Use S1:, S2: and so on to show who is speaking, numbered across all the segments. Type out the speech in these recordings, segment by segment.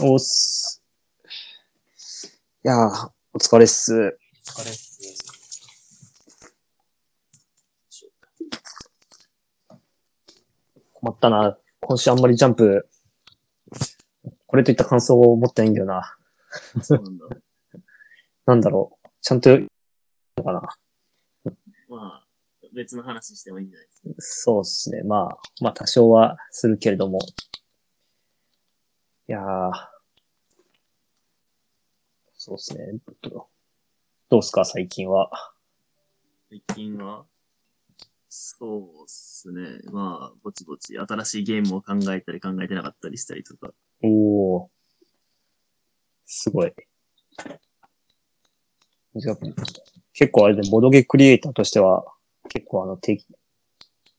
S1: おっす。いやー、お疲れっす。
S2: 疲れっす。
S1: 困ったな。今週あんまりジャンプ、これといった感想を持ってないんだよな。
S2: そうなんだ。
S1: なんだろう。ちゃんと、かな。
S2: まあ、別の話してもいいんじゃないですか。
S1: そうっすね。まあ、まあ多少はするけれども。いやー。そうっすね。どうっすか、最近は。
S2: 最近は、そうっすね。まあ、ぼちぼち、新しいゲームを考えたり考えてなかったりしたりと か。
S1: おお。すごい。やっぱ結構あれで、ボドゲクリエイターとしては、結構あの、定期、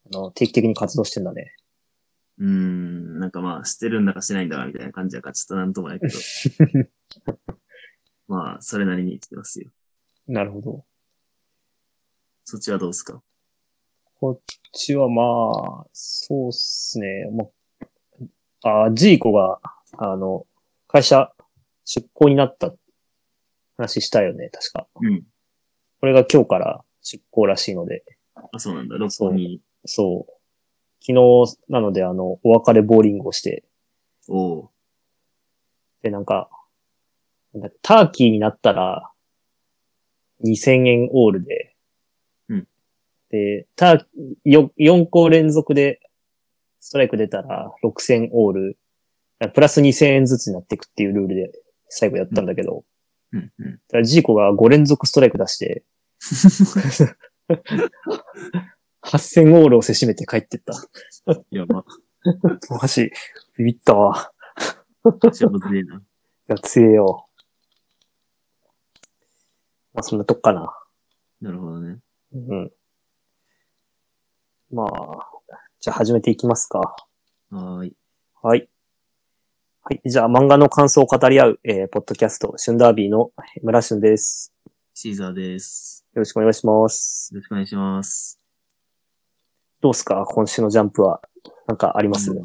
S1: あの、定期的に活動してんだね。
S2: うーん、なんかまあ、してるんだかしてないんだかみたいな感じやから、ちょっとなんともないけど。まあ、それなりに生きてますよ。
S1: なるほど。
S2: そっちはどうっすか
S1: こっちはまあ、そうっすね。もう、あー、ジーコが、あの、会社、出向になった話したよね、確か。
S2: うん。
S1: これが今日から出向らしいので、
S2: あ、そうなんだ。六本木に。
S1: そう。昨日、なので、あの、お別れボーリングをして、
S2: おお。
S1: で、なんか、なんだターキーになったら、2000円オールで、
S2: うん
S1: で、ターよ、4個連続で、ストライク出たら6000オール、プラス2000円ずつになっていくっていうルールで最後やったんだけど、
S2: うん、うん。
S1: だからジーコが5連続ストライク出 して、8000オールをせしめて帰ってった。
S2: やば。
S1: マジ、ビビったわ。
S2: しゃぶずえな。
S1: いや、強えよ。まあ、そんなとこかな。
S2: なるほどね。
S1: うん。まあ、じゃあ始めていきますか。
S2: はーい。
S1: はい。はい。じゃあ漫画の感想を語り合う、えー、ポッドキャスト、シュンダービーの村俊です。
S2: シーザーです。
S1: よろしくお願いします。
S2: よろしくお願いします。
S1: どうっすか今週のジャンプは。なんかあります、
S2: うん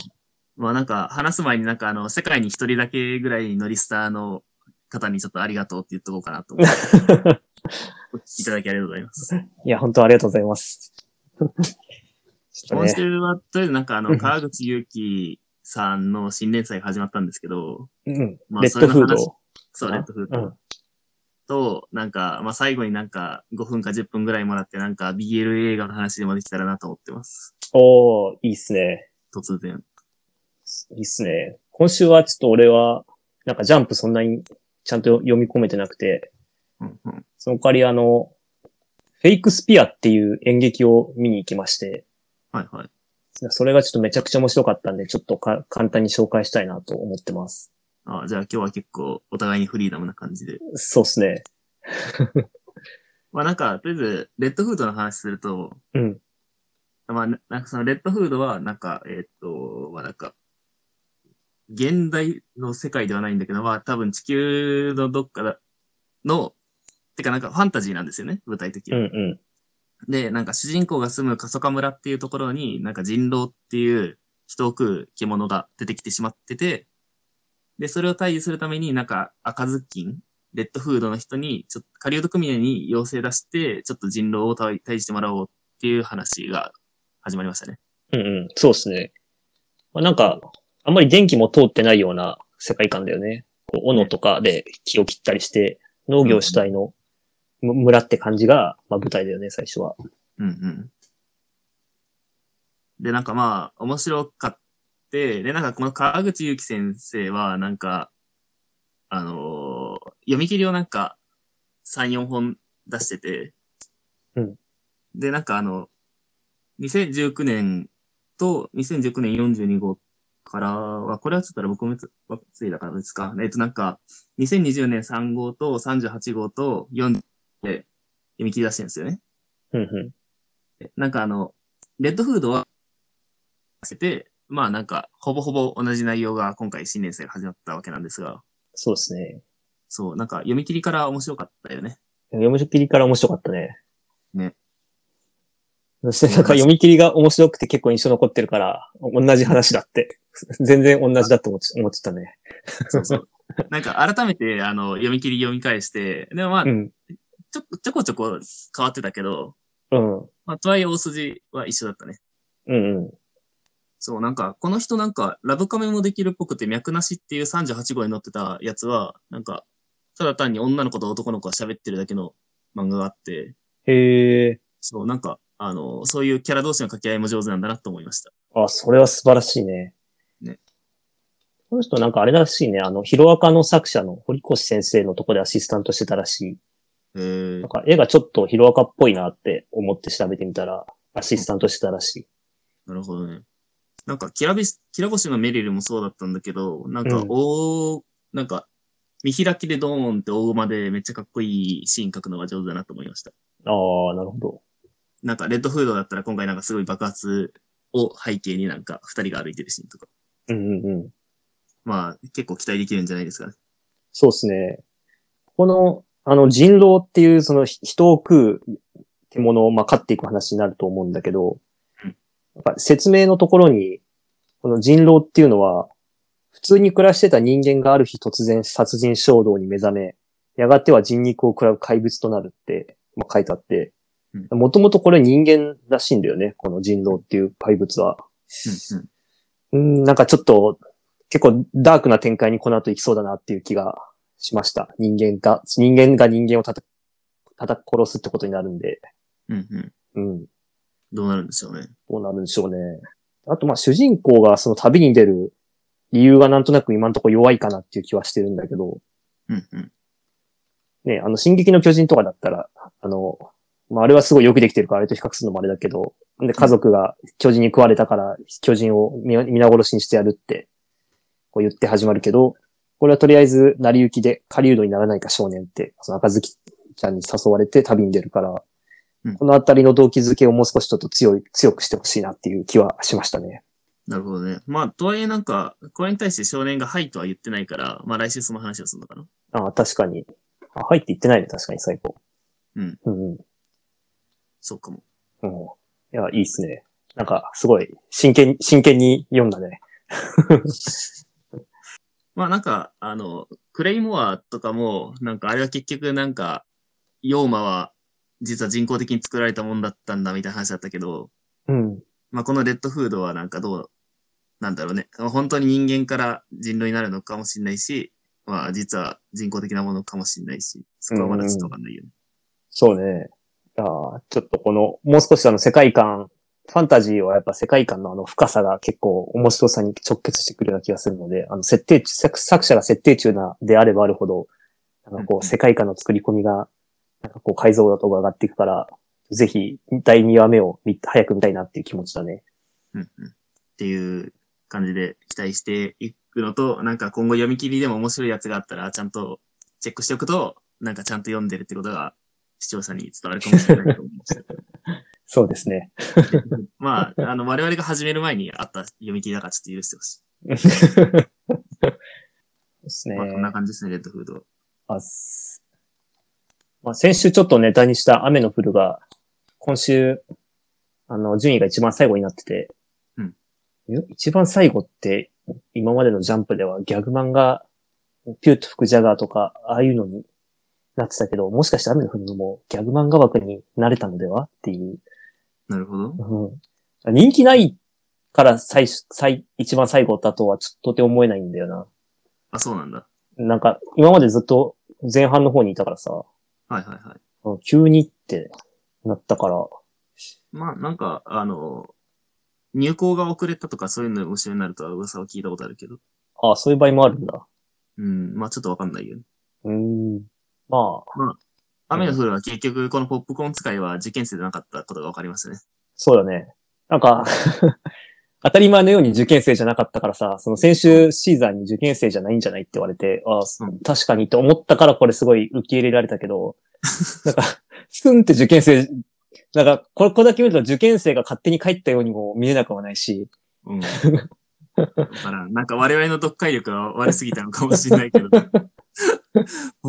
S2: まあなんか、話す前になんかあの、世界に一人だけぐらい乗りスターの方にちょっとありがとうって言っとこうかなと思って。 お聞きいただきありがとうございます。
S1: いや、本当ありがとうござい ます。ちょっと
S2: 今
S1: ね。
S2: 週は、とりあえずなんかあの、川口祐希さんの新連載が始まったんですけど、
S1: うん。
S2: まあ
S1: レッドフー
S2: それの
S1: ド
S2: 話。そう、レッドフー
S1: う
S2: ド
S1: ん。
S2: と、なんか、まあ最後になんか5分か10分ぐらいもらってなんか BL 映画の話でもできたらなと思ってます。
S1: おー、いいっすね。
S2: 突然。
S1: いいっすね。今週はちょっと俺は、なんかジャンプそんなにちゃんと読み込めてなくて、
S2: うんうん。
S1: その代わりあの、フェイクスピアっていう演劇を見に行きまして、
S2: はいはい。
S1: それがちょっとめちゃくちゃ面白かったんで、ちょっとか簡単に紹介したいなと思ってます。
S2: あじゃあ今日は結構お互いにフリーダムな感じで。
S1: そうっすね。
S2: まあなんか、とりあえず、レッドフードの話すると、
S1: うん。
S2: まあ、ななんかそのレッドフードは、なんか、えーっと、まあなんか、現代の世界ではないんだけど、まあ多分地球のどっかだの、てかなんかファンタジーなんですよね、舞台的
S1: う
S2: に
S1: んう
S2: で、なんか主人公が住む過疎化村っていうところに、なんか人狼っていう人を食う獣が出てきてしまってて、で、それを退治するために、なんか赤ずきん、レッドフードの人に、ちょっと、カリウド組合に要請出して、ちょっと人狼を退退治してもらおうっていう話が始まりましたね。
S1: ん。うんうん。そうっすね。まあ、なんか、あんまり電気も通ってないような世界観だよね。こう、斧とかで木を切ったりして、農業主体のむ村って感じが、まあ舞台だよね、最初は。
S2: うんうん。で、なんかまあ、面白かって、で、なんかこの川口祐希先生は、なんか、あのー読み切りをなんか、3、4本出してて、
S1: うん
S2: で、なんかあの、2019年と2019年42号からは、これはちょっと僕もつ、ついだからですか。えっと、なんか、2020年3号と38号と40で読み切り出してるんですよね。
S1: うんうん。
S2: なんかあの、レッドフードは、て、まあなんか、ほぼほぼ同じ内容が今回新年生が始まったわけなんですが、
S1: そうですね。
S2: そう、なんか読み切りから面白かったよね。
S1: 読み切りから面白かったね。
S2: ね。
S1: そしてなんか読み切りが面白くて結構印象残ってるから、同じ話だって。 全然同じだって思っち思ってたね。
S2: そう そう。なんか改めて、あの、読み切り読み返して、でもまあ、
S1: うん。
S2: ちょ、ちょこちょこ変わってたけど、
S1: うん。
S2: まあ、とはいえ大筋は一緒だったね。
S1: うんうん。
S2: そう、なんか、この人なんか、ラブカメもできるっぽくて、脈なしっていう38号に載ってたやつは、なんか、ただ単に女の子と男の子が喋ってるだけの漫画があって、
S1: へえ。
S2: そう、なんか、あの、そういうキャラ同士の掛け合いも上手なんだなと思いました。
S1: あ、それは素晴らしいね。
S2: ね。
S1: この人なんかあれらしいね。あの、ヒロアカの作者の堀越先生のとこでアシスタントしてたらしい。
S2: へえ
S1: なんか絵がちょっとヒロアカっぽいなって思って調べてみたら、アシスタントしてたらしい。
S2: なるほどね。なんか、キラビス、キラ星のメリルもそうだったんだけど、なんか
S1: うん、
S2: おなんか、見開きでドーンって大馬でめっちゃかっこいいシーン描くのが上手だなと思いました。
S1: ああ、なるほど。
S2: なんか、レッドフードだったら今回なんかすごい爆発を背景になんか二人が歩いてるシーンとか。
S1: うんうんうん。
S2: まあ、結構期待できるんじゃないですかね。
S1: そうですね。この、あの、人狼っていう、その、ひ人を食う獣を、まあ、飼っていく話になると思うんだけど
S2: うん、
S1: やっぱ説明のところに、この人狼っていうのは、普通に暮らしてた人間がある日突然殺人衝動に目覚め、やがては人肉を食らう怪物となるって、まあ、書いてあって、もともとこれ人間らしいんだよね、この人狼っていう怪物は。
S2: うんうん。
S1: うん、なんかちょっと、結構ダークな展開にこの後行きそうだなっていう気がしました。人間が、人間が人間を叩く、叩く殺すってことになるんで、
S2: うんうん。
S1: うん、
S2: どうなるんでしょうね。
S1: どうなるんでしょうね。あとまあ主人公がその旅に出る理由がなんとなく今のところ弱いかなっていう気はしてるんだけど、
S2: うんうん。
S1: ね、あの、進撃の巨人とかだったら、あの、まあ、あれはすごいよくできてるから、あれと比較するのもあれだけど、で、家族が巨人に食われたから、巨人を皆皆殺しにしてやるって、こう言って始まるけど、これはとりあえず、成り行きで、狩人にならないか少年って、その赤ずきちゃんに誘われて旅に出るから、
S2: うん
S1: このあたりの動機づけをもう少しちょっと強い、強くしてほしいなっていう気はしましたね。
S2: なるほどね。まあ、とはいえなんか、これに対して少年がはいとは言ってないから、まあ来週その話をするのかな。
S1: ああ、確かに。あ、入って言ってないね、確かに最後。
S2: うん。
S1: うんうん。
S2: そうかも。
S1: うん。いや、いいっすね。なんか、すごい、真剣に、真剣に読んだね。
S2: まあなんか、あの、クレイモアとかも、なんかあれは結局なんか、妖魔は実は人工的に作られたもんだったんだみたいな話だったけど、
S1: うん。
S2: まあこのレッドフードはなんかどう、なんだろうね。本当に人間から人類になるのかもしれないし、まあ実は人工的なものかもしれないし、そこはまだちょっとわかんないよね。
S1: そうね。あーちょっとこの、もう少しあの世界観、ファンタジーはやっぱ世界観のあの深さが結構面白さに直結してくるような気がするので、あの設定中、作作者が設定中な、であればあるほど、なんかこ
S2: うん
S1: う世界観の作り込みが、なんかこう解像度とか上がっていくから、ぜひ第2話目を見早く見たいなっていう気持ちだね。
S2: うんうん。っていう感じで期待していくのと、なんか今後読み切りでも面白いやつがあったら、ちゃんとチェックしておくと、なんかちゃんと読んでるってことが視聴者に伝わるかもしれないと思いました。
S1: そうですね。
S2: まあ、あの、我々が始める前にあった読み切りだからちょっと許してほし
S1: です
S2: い。
S1: ね。
S2: まあ、こんな感じですね、レッドフードは。
S1: あすまあ、先週ちょっとネタにした雨の降るが、今週、あの、順位が一番最後になってて、
S2: うん
S1: え一番最後って、今までのジャンプではギャグ漫画、ピュート吹くジャガーとか、ああいうのになってたけど、もしかして雨の降るのもギャグ漫画枠に慣れたのではっていう。
S2: なるほど。
S1: うん、人気ないから最初、最、一番最後だとはちょっととて思えないんだよな。
S2: あ、そうなんだ。
S1: なんか、今までずっと前半の方にいたからさ、
S2: はいはいはい。
S1: うん急にってなったから、
S2: まあ、なんか、あの、入校が遅れたとかそういうの後ろになるとは噂は聞いたことあるけど。
S1: ああ、そういう場合もあるんだ。
S2: うん、まあちょっとわかんないよね。
S1: うーん。まあ、
S2: 雨の降るは結局このポップコーン使いは受験生でなかったことが分かりましたね。
S1: そうだね。なんか、 当たり前のように受験生じゃなかったからさ、その先週シーザーに受験生じゃないんじゃないって言われて、ああ、
S2: うん
S1: 確かにと思ったからこれすごい受け入れられたけ ど、なんか、スンって受験生、なんか、これここだけ見ると受験生が勝手に帰ったようにも見えなくはないし、
S2: うん。だから、なんか我々の読解力が悪すぎたのかもしれないけ ど、ポッ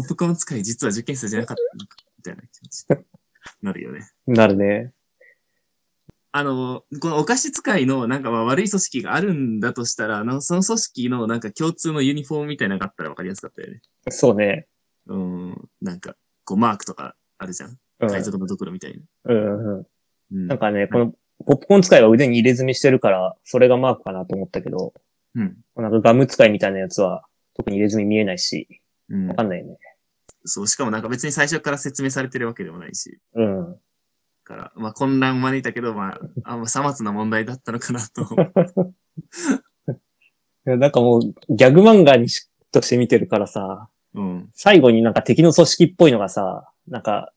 S2: プコーン使い実は受験生じゃなかったのか、みたいな気持ちになるよね。
S1: なるね。
S2: あの、このお菓子使いのなんかまあ悪い組織があるんだとしたら、あのその組織のなんか共通のユニフォームみたいなのがあったらわかりやすかったよね。
S1: そうね。
S2: うん。なんか、こうマークとかあるじゃん。
S1: うん。
S2: 海賊のドクロみたいな。
S1: うんうん。
S2: うん。
S1: なんかね、この、ポップコーン使いは腕に入れ墨してるから、それがマークかなと思ったけど、
S2: うん。
S1: なんかガム使いみたいなやつは、特に入れ墨見えないし、
S2: うん
S1: わかんないよね。
S2: そう、しかもなんか別に最初から説明されてるわけでもないし。
S1: うん。
S2: から、まあ混乱を招いたけど、まあ、あんまさまつな問題だったのかなと 思う。
S1: いやなんかもう、ギャグ漫画にしとして見てるからさ、
S2: うん。
S1: 最後になんか敵の組織っぽいのがさ、なんか、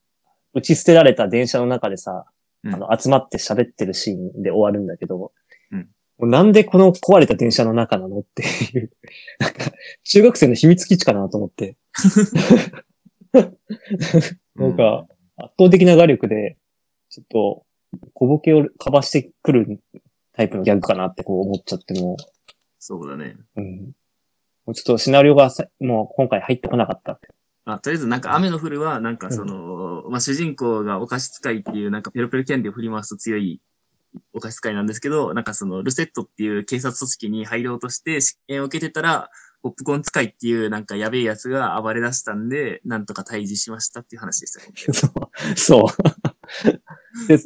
S1: 打ち捨てられた電車の中でさ、
S2: うん
S1: あの、集まって喋ってるシーンで終わるんだけど、
S2: うん
S1: もうなんでこの壊れた電車の中なのっていう、なんか、中学生の秘密基地かなと思って、なんか、圧倒的な画力で、ちょっと、小ボケをかばしてくるタイプのギャグかなってこう思っちゃってもう、
S2: そうだね。
S1: うんもうちょっとシナリオがさもう今回入ってこなかったって。
S2: あ、とりあえずなんか雨の降るは、なんかその、まあ主人公がお菓子使いっていう、なんかペロペロキャンディーを振り回すと強いお菓子使いなんですけど、なんかそのルセットっていう警察組織に入ろうとして試験を受けてたら、ポップコーン使いっていうなんかやべえやつが暴れ出したんで、なんとか退治しましたっていう話でしたよ。
S1: そう。そう。で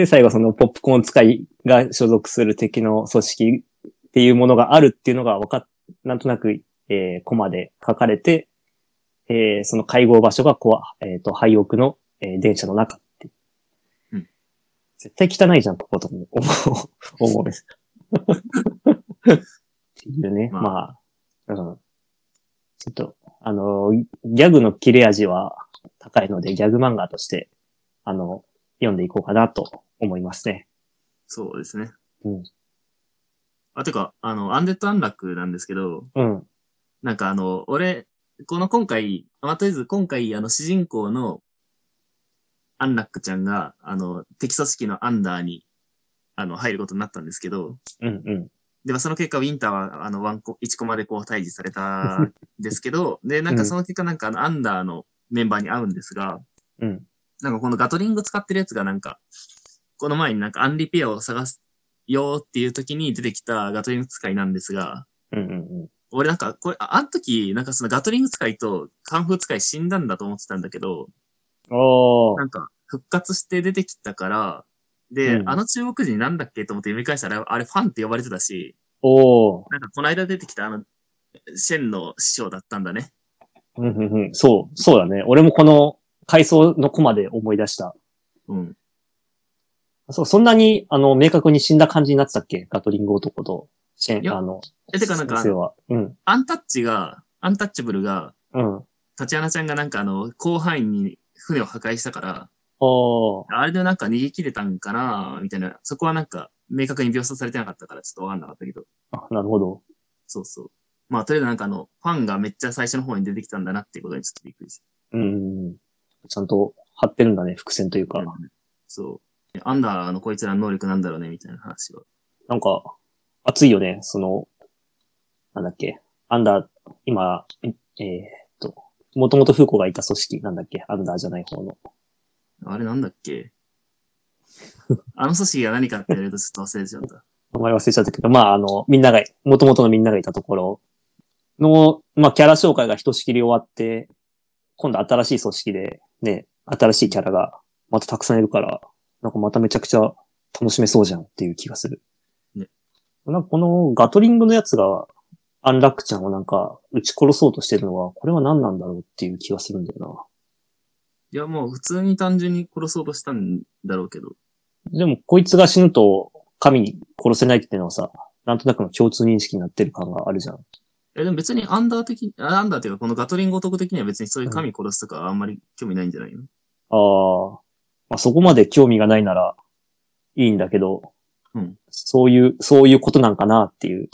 S1: で、最後そのポップコーン使いが所属する敵の組織っていうものがあるっていうのがわかっ、なんとなく、えーコマで書かれて、えーその会合場所がこわ、えっ、と、廃屋の、えー電車の中って。
S2: うん
S1: 絶対汚いじゃん、こことも思う、思う。っていうね、
S2: まあ
S1: まあ、うん。ちょっと、あの、ギャグの切れ味は高いので、ギャグ漫画として、あの、読んでいこうかなと思いますね。
S2: そうですね。
S1: うん
S2: あ、てか、あの、アンデッドアンラックなんですけど、
S1: うん。
S2: なんかあの、俺、この今回、まあ、とりあえず今回、あの、主人公のアンラックちゃんが、あの、敵組織のアンダーに、あの、入ることになったんですけど、
S1: うんうん。
S2: で、まあ、その結果、ウィンターは、あの、ワンコ、1コマでこう、退治されたんですけど、で、なんかその結果、なんか、あの、アンダーのメンバーに会うんですが、
S1: うん。
S2: なんかこのガトリング使ってるやつがなんか、この前になんかアンリペアを探すよっていう時に出てきたガトリング使いなんですが、
S1: うんうん
S2: 俺なんかこれ、ああの時、なんかそのガトリング使いとカンフー使い死んだんだと思ってたんだけど、
S1: うん。お
S2: なんか復活して出てきたから、で、
S1: うん
S2: あの中国人なんだっけと思って読み返したら、あれファンって呼ばれてたし、
S1: おー
S2: なんかこの間出てきたあの、シェンの師匠だったんだね。
S1: うんうんうん。そう、そうだね。俺もこの回想のコマで思い出した。
S2: うん。
S1: そう、そんなに、あの、明確に死んだ感じになってたっけガトリング男と、シ
S2: い
S1: ェン、
S2: や
S1: あの、
S2: え、てかなんか
S1: 先生、は。うん。
S2: アンタッチが、アンタッチブルが、
S1: うん。
S2: タチアナちゃんがなんかあの、広範囲に船を破壊したから、
S1: おー
S2: あれでなんか逃げ切れたんかなみたいな、そこはなんか明確に描写されてなかったからちょっとわかんなかったけど、
S1: あ、なるほど。
S2: そうそう。まあとりあえずなんかあの、ファンがめっちゃ最初の方に出てきたんだなっていうことにちょっとびっくりした。
S1: うんうんうん。ちゃんと張ってるんだね、伏線というか。
S2: そう。アンダーのこいつらの能力なんだろうねみたいな話は。
S1: なんか、熱いよね、その、なんだっけ、アンダー、今、えーっと、もともとフーコがいた組織、なんだっけ、アンダーじゃない方の。
S2: あれなんだっけあの組織が何かって言われるとちょっと忘れちゃった。
S1: 名前忘れちゃったけど、まあ、あの、みんなが、もともとのみんながいたところの、まあ、キャラ紹介がひとしきり終わって、今度新しい組織で、ね、新しいキャラが、またたくさんいるから、なんかまためちゃくちゃ楽しめそうじゃんっていう気がする。
S2: ね。
S1: なんかこのガトリングのやつが、アンラックちゃんをなんか、撃ち殺そうとしてるのは、これは何なんだろうっていう気がするんだよ
S2: いやもう普通に単純に殺そうとしたんだろうけど、
S1: な。でも、こいつが死ぬと、神に殺せないっていうのはさ、なんとなくの共通認識になってる感があるじゃん。
S2: え、でも別にアンダー的、あアンダーっていうかこのガトリング男的には別にそういう神殺すとかはあんまり興味ないんじゃないの、
S1: ああ、まあ、そこまで興味がないならいいんだけど、
S2: うん
S1: そういう、そういうことなんかなっていう。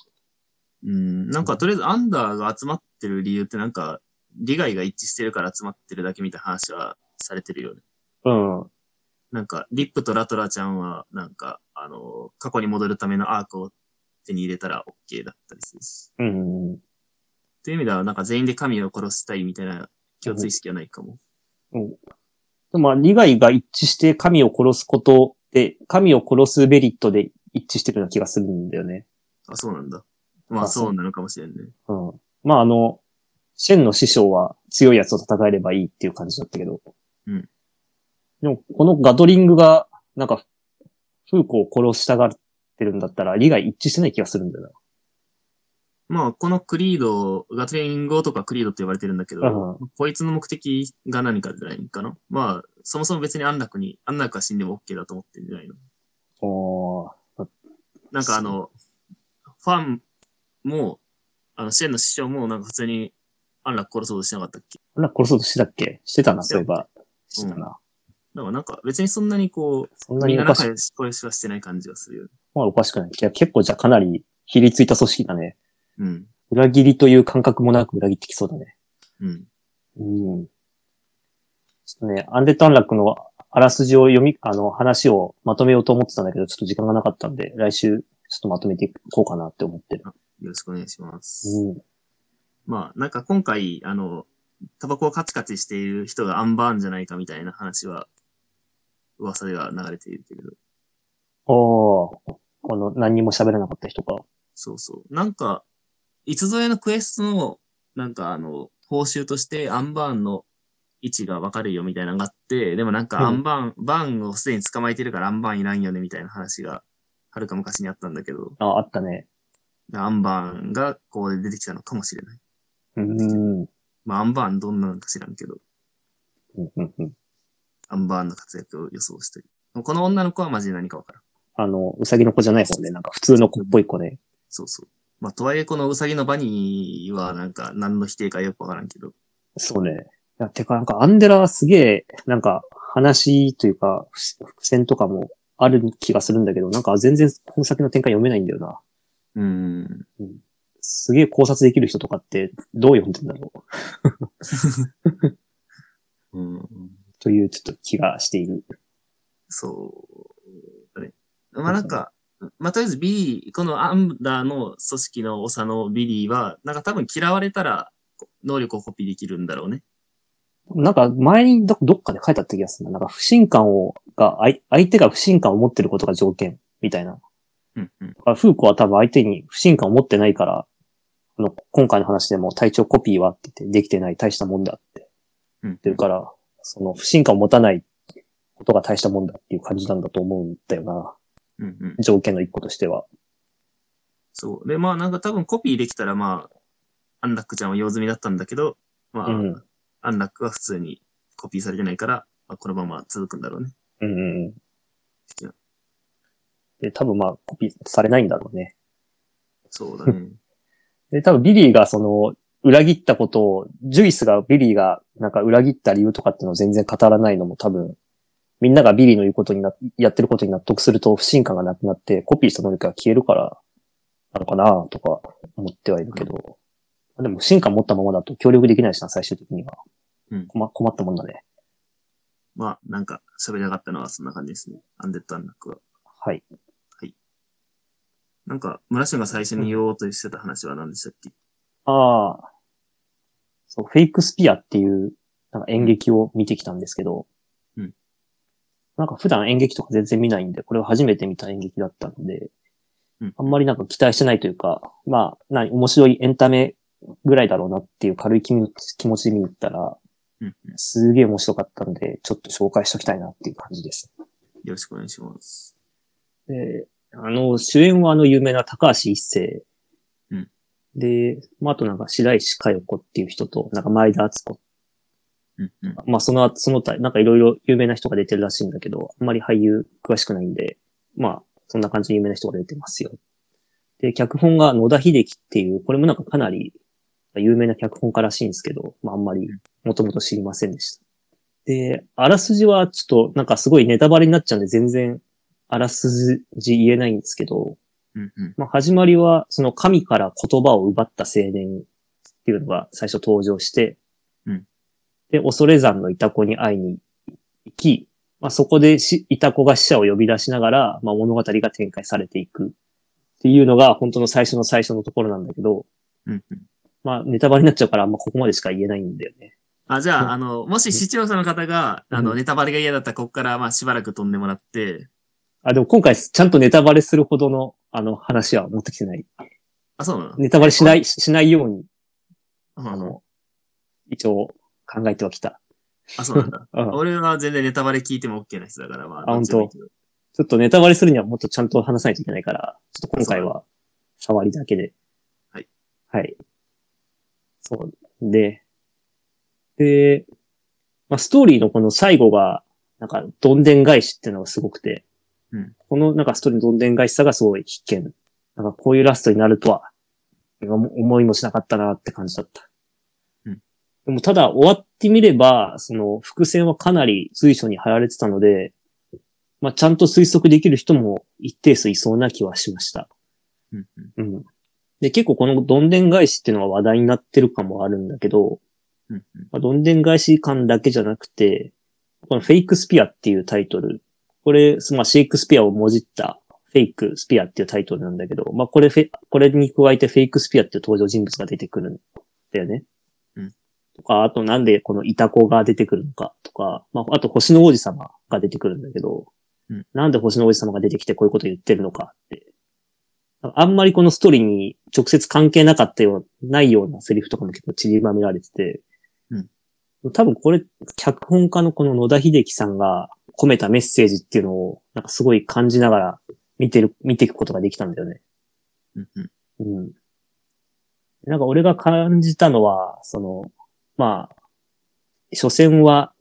S2: うん、なんかとりあえずアンダーが集まってる理由ってなんか、利害が一致してるから集まってるだけみたいな話はされてるよね。
S1: うん。
S2: なんか、リップとラトラちゃんは、なんか、あの、過去に戻るためのアークを手に入れたら OK だったりするし。
S1: うん。
S2: という意味では、なんか全員で神を殺したいみたいな共通意識はないかも。
S1: まあ、利害が一致して神を殺すことで、神を殺すベリットで一致してるような気がするんだよね。
S2: あ、そうなんだ。まあ、
S1: あそう
S2: そうなのかもしれんね。
S1: うん。まあ、あの、シェンの師匠は強いやつを戦えればいいっていう感じだったけど。
S2: うん。
S1: でも、このガトリングが、なんか、フーコを殺したがってるんだったら、利害一致してない気がするんだよ
S2: まあ、このクリード、ガトリン語とかクリードって呼ばれてるんだけど、
S1: う
S2: こいつの目的が何かじゃないかな。まあ、そもそも別に安楽に、安楽は死んでも OK だと思ってんじゃないの
S1: な。おー
S2: なんかあの、ファンも、あの、シェンの師匠もなんか普通に安楽殺そうとしてなかったっけ
S1: あんな殺そうとしてたっけしてたな、そういえば。してたな。
S2: だからなんか別にそんなにこ
S1: そん
S2: う、
S1: な
S2: みん
S1: に
S2: な
S1: おかし
S2: 仲
S1: く、
S2: 良し恋しはしてない感じがするよね。
S1: まあおかしくない。いや、結構じゃあかなり、ひりついた組織だね。
S2: うん。
S1: 裏切りという感覚もなく裏切ってきそうだね。
S2: うん。
S1: うん。ちょっとね、アンデッド・アンラックのあらすじを読み、あの、話をまとめようと思ってたんだけど、ちょっと時間がなかったんで、来週、ちょっとまとめていこうかなって思ってる。
S2: よろしくお願いします。
S1: うん。
S2: まあ、なんか今回、あの、タバコをカチカチしている人がアンバーンじゃないかみたいな話は、噂では流れているけど、
S1: おー。この、何にも喋らなかった人か。
S2: そうそう。なんか、いつぞやのクエストの、なんかあの、報酬としてアンバーンの位置がわかるよみたいなのがあって、でもなん
S1: うん
S2: かアンバーン、バーンをすでに捕まえてるからアンバーンいらんよねみたいな話が、はるか昔にあったんだけど、
S1: あ、あったね。
S2: アンバーンがここで出てきたのかもしれない。
S1: うん。うん、
S2: まあ、アンバーンどんなのか知らんけど、
S1: うん、うん。
S2: アンバーンの活躍を予想してる。この女の子はマジで何かわからん。
S1: あの、うさぎの子じゃない方ね。なんか普通の子っぽい子ね。
S2: そうそう。まあ、とはいえこのウサギのバニーはなんか何の否定かよくわからんけど。
S1: そうね。いや、てか、なんかアンデラはすげえ、なんか話というか、ふ伏線とかもある気がするんだけど、なんか全然この先の展開読めないんだよな。
S2: うん。
S1: すげえ考察できる人とかってどう読んでんだろう
S2: うん。
S1: というちょっと気がしている。
S2: そう。だね。まあ、なんか、まあ、とりあえずビリー、このアンダーの組織の長のビリーは、なんか多分嫌われたらこ能力をコピーできるんだろうね。
S1: なんか前にどどっかで書いてあった気がするな。なんか不信感を、が、あい相手が不信感を持ってることが条件みたいな。
S2: うんうん。
S1: だからフーコは多分相手に不信感を持ってないから、あの、今回の話でも体調コピーはって言ってできてない大したもんだって
S2: うん
S1: ってるから、その不信感を持たないことが大したもんだっていう感じなんだと思うんだよな。
S2: うんうん。
S1: 条件の一個としては。
S2: そう。で、まあなんか多分コピーできたらまあ、アンラックちゃんは用済みだったんだけど、まあ、
S1: うん
S2: アンラックは普通にコピーされてないから、まあ、このまま続くんだろうね。
S1: うんうんうん
S2: いや。
S1: で、多分まあ、コピーされないんだろうね。
S2: そうだね。
S1: で、多分ビリーがその、裏切ったことを、ジュイスがビリーがなんか裏切った理由とかっていうのを全然語らないのも多分、みんながビリーの言うことにな、やってることに納得すると不信感がなくなって、コピーした能力が消えるから、なのかなとか思ってはいるけど。でも不信感持ったままだと協力できないしな、最終的には。
S2: うん
S1: 困困ったもんだね。
S2: まあ、なんか喋り上がったのはそんな感じですね。アンデッドアンラックは。
S1: はい。
S2: なんか、村俊が最初に言おうとしてた話は何でしたっけ、
S1: ああ。そう、フェイクスピアっていう、なんか演劇を見てきたんですけど。
S2: うん
S1: なんか普段演劇とか全然見ないんで、これは初めて見た演劇だったんで、
S2: うん
S1: あんまりなんか期待してないというか、まあ、何、面白いエンタメぐらいだろうなっていう軽い気持ち気持ちで見に行ったら、
S2: うんうん、
S1: すげえ面白かったんで、ちょっと紹介しときたいなっていう感じです。
S2: よろしくお願いします。
S1: で、あの、主演はあの有名な高橋一生。
S2: うん
S1: で、まあ、あとなんか白石佳代子っていう人と、なんか前田敦子。
S2: うんうん。
S1: まあ、その、その他、なんかいろいろ有名な人が出てるらしいんだけど、あんまり俳優詳しくないんで、まあ、そんな感じで有名な人が出てますよ。で、脚本が野田秀樹っていう、これもなんかかなり有名な脚本家らしいんですけど、まあ、あんまりもともと知りませんでした。で、あらすじはちょっとなんかすごいネタバレになっちゃうんで全然あらすじ言えないんですけど、
S2: うんうん。
S1: まあ、始まりは、その神から言葉を奪った青年っていうのが最初登場して、
S2: うん
S1: で、恐れ山のイタコに会いに行き、まあ、そこでしイタコが死者を呼び出しながら、まあ、物語が展開されていくっていうのが本当の最初の最初のところなんだけど、
S2: うんうん。
S1: まあ、ネタバレになっちゃうから、あんまここまでしか言えないんだよね。
S2: あ、じゃあ、あの、もし視聴者の方が、あ
S1: う
S2: の、
S1: ん
S2: ネタバレが嫌だったら、ここから、まあ、しばらく飛んでもらって、
S1: あ、でも今回ちゃんとネタバレするほどの、あの、話は持ってきてない。
S2: あ、そうなの、
S1: ネタバレしない、ししないように、
S2: うん
S1: あの、一応考えてはきた。
S2: あ、そう なんだ。
S1: うん
S2: 俺は全然ネタバレ聞いても OK な人だから、まあ、
S1: あ
S2: どっちでもいいけど
S1: ちょっとネタバレするにはもっとちゃんと話さないといけないから、ちょっと今回は触りだけで。
S2: はい。
S1: はい。そう。で、で、まあ、ストーリーのこの最後が、なんか、どんでん返しっていうのがすごくて、
S2: うん
S1: このなんかストーリーのどんでん返しさがすごい必見。なんかこういうラストになるとは、思いもしなかったなって感じだった。
S2: うん
S1: でもただ終わってみれば、その伏線はかなり随所に貼られてたので、まあ、ちゃんと推測できる人も一定数いそうな気はしました。
S2: うんうん
S1: うん。で、結構このどんでん返しっていうのが話題になってる感もあるんだけど、
S2: うんうん
S1: まあ、どんでん返し感だけじゃなくて、このフェイクスピアっていうタイトル。これ、まあ、シェイクスピアをもじったフェイクスピアっていうタイトルなんだけど、まあ、これフェ、これに加えてフェイクスピアっていう登場人物が出てくるんだよね。
S2: うん。
S1: とか、あとなんでこのイタコが出てくるのかとか、まあ、あと星の王子様が出てくるんだけど、
S2: うん
S1: なんで星の王子様が出てきてこういうこと言ってるのかって。あんまりこのストーリーに直接関係なかったよう、ないようなセリフとかも結構散りばめられてて、多分これ、脚本家のこの野田秀樹さんが込めたメッセージっていうのを、なんかすごい感じながら見てる、見ていくことができたんだよね。
S2: うんうん
S1: うん。なんか俺が感じたのは、その、まあ、所詮は、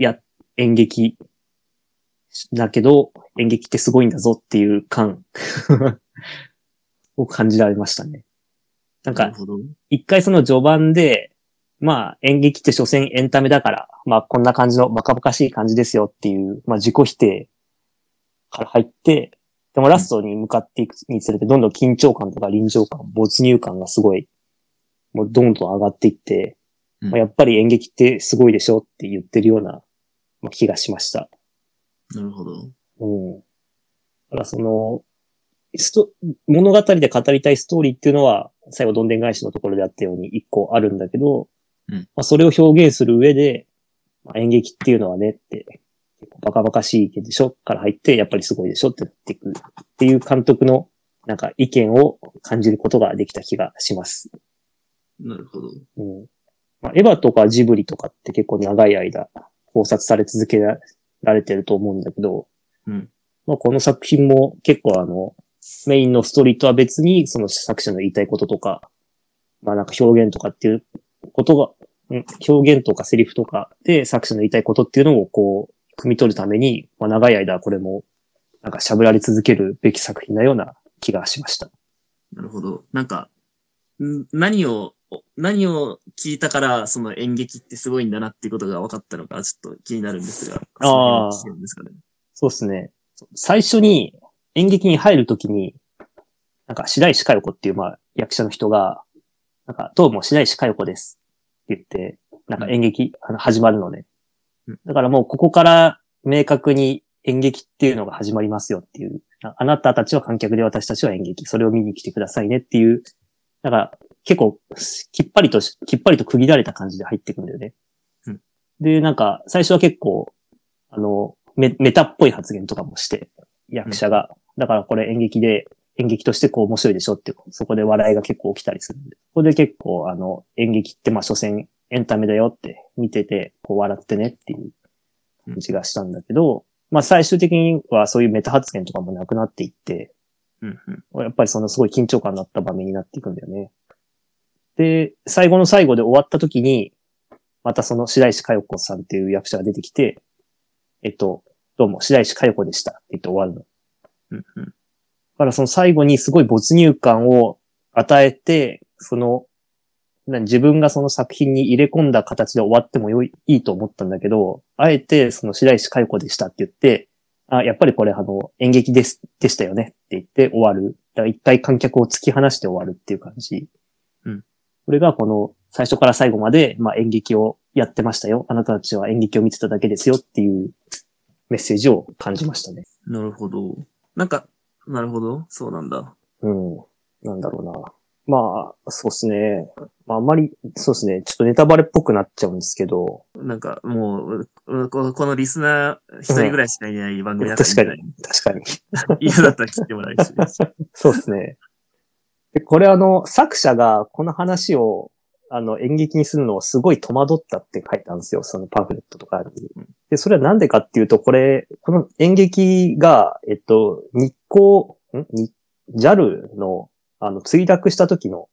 S1: いや、演劇だけど、演劇ってすごいんだぞっていう感 を感じられましたね。なん
S2: な
S1: か
S2: る、ほど。
S1: 一回その序盤で、まあ演劇って所詮エンタメだから、まあこんな感じのバカバカしい感じですよっていう、まあ自己否定から入って、でもラストに向かっていくにつれてどんどん緊張感とか臨場感、没入感がすごい、もうどんどん上がっていって、
S2: うん
S1: まあやっぱり演劇ってすごいでしょって言ってるようなまあ気がしました。
S2: なるほど。
S1: うん。だからその、スト、物語で語りたいストーリーっていうのは、最後どんでん返しのところであったように一個あるんだけど、
S2: うん
S1: まあ、それを表現する上で、まあ、演劇っていうのはねって、結構バカバカしい意見でしょから入って、やっぱりすごいでしょってなってくるっていう監督のなんか意見を感じることができた気がします。
S2: なるほど。
S1: うん。まあ、エヴァとかジブリとかって結構長い間考察され続けられてると思うんだけど、
S2: うん。
S1: まあ、この作品も結構あの、メインのストーリーとは別に、その作者の言いたいこととか、まあなんか表現とかっていうことが、ん表現とかセリフとかで作者の言いたいことっていうのをこう、汲み取るために、まあ長い間これも、なんか喋られ続けるべき作品なような気がしました。
S2: なるほど。なんか、ん何を、何を聞いたから、その演劇ってすごいんだなっていうことが分かったのか、ちょっと気になるんですが。
S1: あー
S2: そういうの聞けるんですかね。
S1: そうですね。最初に演劇に入るときに、なんか白石佳代子っていうまあ役者の人が、なんかどうも白石佳代子ですって言って、なんか演劇、あの始まるのね
S2: うん。
S1: だからもうここから明確に演劇っていうのが始まりますよっていう。ああなたたちは観客で私たちは演劇。それを見に来てくださいねっていう。だから結構きっぱりとし、きっぱりと区切られた感じで入ってくんだよね。
S2: うん
S1: で、なんか最初は結構あの、メメタっぽい発言とかもして、役者が。だからこれ演劇で、演劇としてこう面白いでしょっていう、そこで笑いが結構起きたりするんで。ここで結構あの、演劇ってまあ所詮エンタメだよって見てて、こう笑ってねっていう感じがしたんだけど、まあ最終的にはそういうメタ発言とかもなくなっていって、
S2: うんうん。
S1: やっぱりそのすごい緊張感になった場面になっていくんだよね。で、最後の最後で終わった時に、またその白石佳代子さんっていう役者が出てきて、えっと、どうも、白石佳代子でしたって言って終わるの。
S2: うんうん。
S1: だからその最後にすごい没入感を与えて、その、な自分がその作品に入れ込んだ形で終わってもよいいいと思ったんだけど、あえてその白石佳代子でしたって言って、あ、やっぱりこれあの演劇です、でしたよねって言って終わる。だから一回観客を突き放して終わるっていう感じ。
S2: うん。
S1: これがこの最初から最後まで、まあ、演劇をやってましたよ。あなたたちは演劇を見てただけですよっていうメッセージを感じましたね。
S2: なるほど。なんか、なるほど。そうなんだ。
S1: うん。なんだろうな。まあ、そうですね。まあ、あんまり、そうですね。ちょっとネタバレっぽくなっちゃうんですけど、
S2: なんかもう、うここのリスナー一人ぐらいしかいない番組だったらいいんじゃない、
S1: 確かに。
S2: 嫌だったら切ってもらえるし。
S1: そうですね。で、これあの、作者がこの話を、あの、演劇にするのをすごい戸惑ったって書いたんですよ。そのパンフレットとかに
S2: うん。
S1: で、それはなんでかっていうと、これ、この演劇が、えっと、日光、んに JAL の、あの、墜落した時の、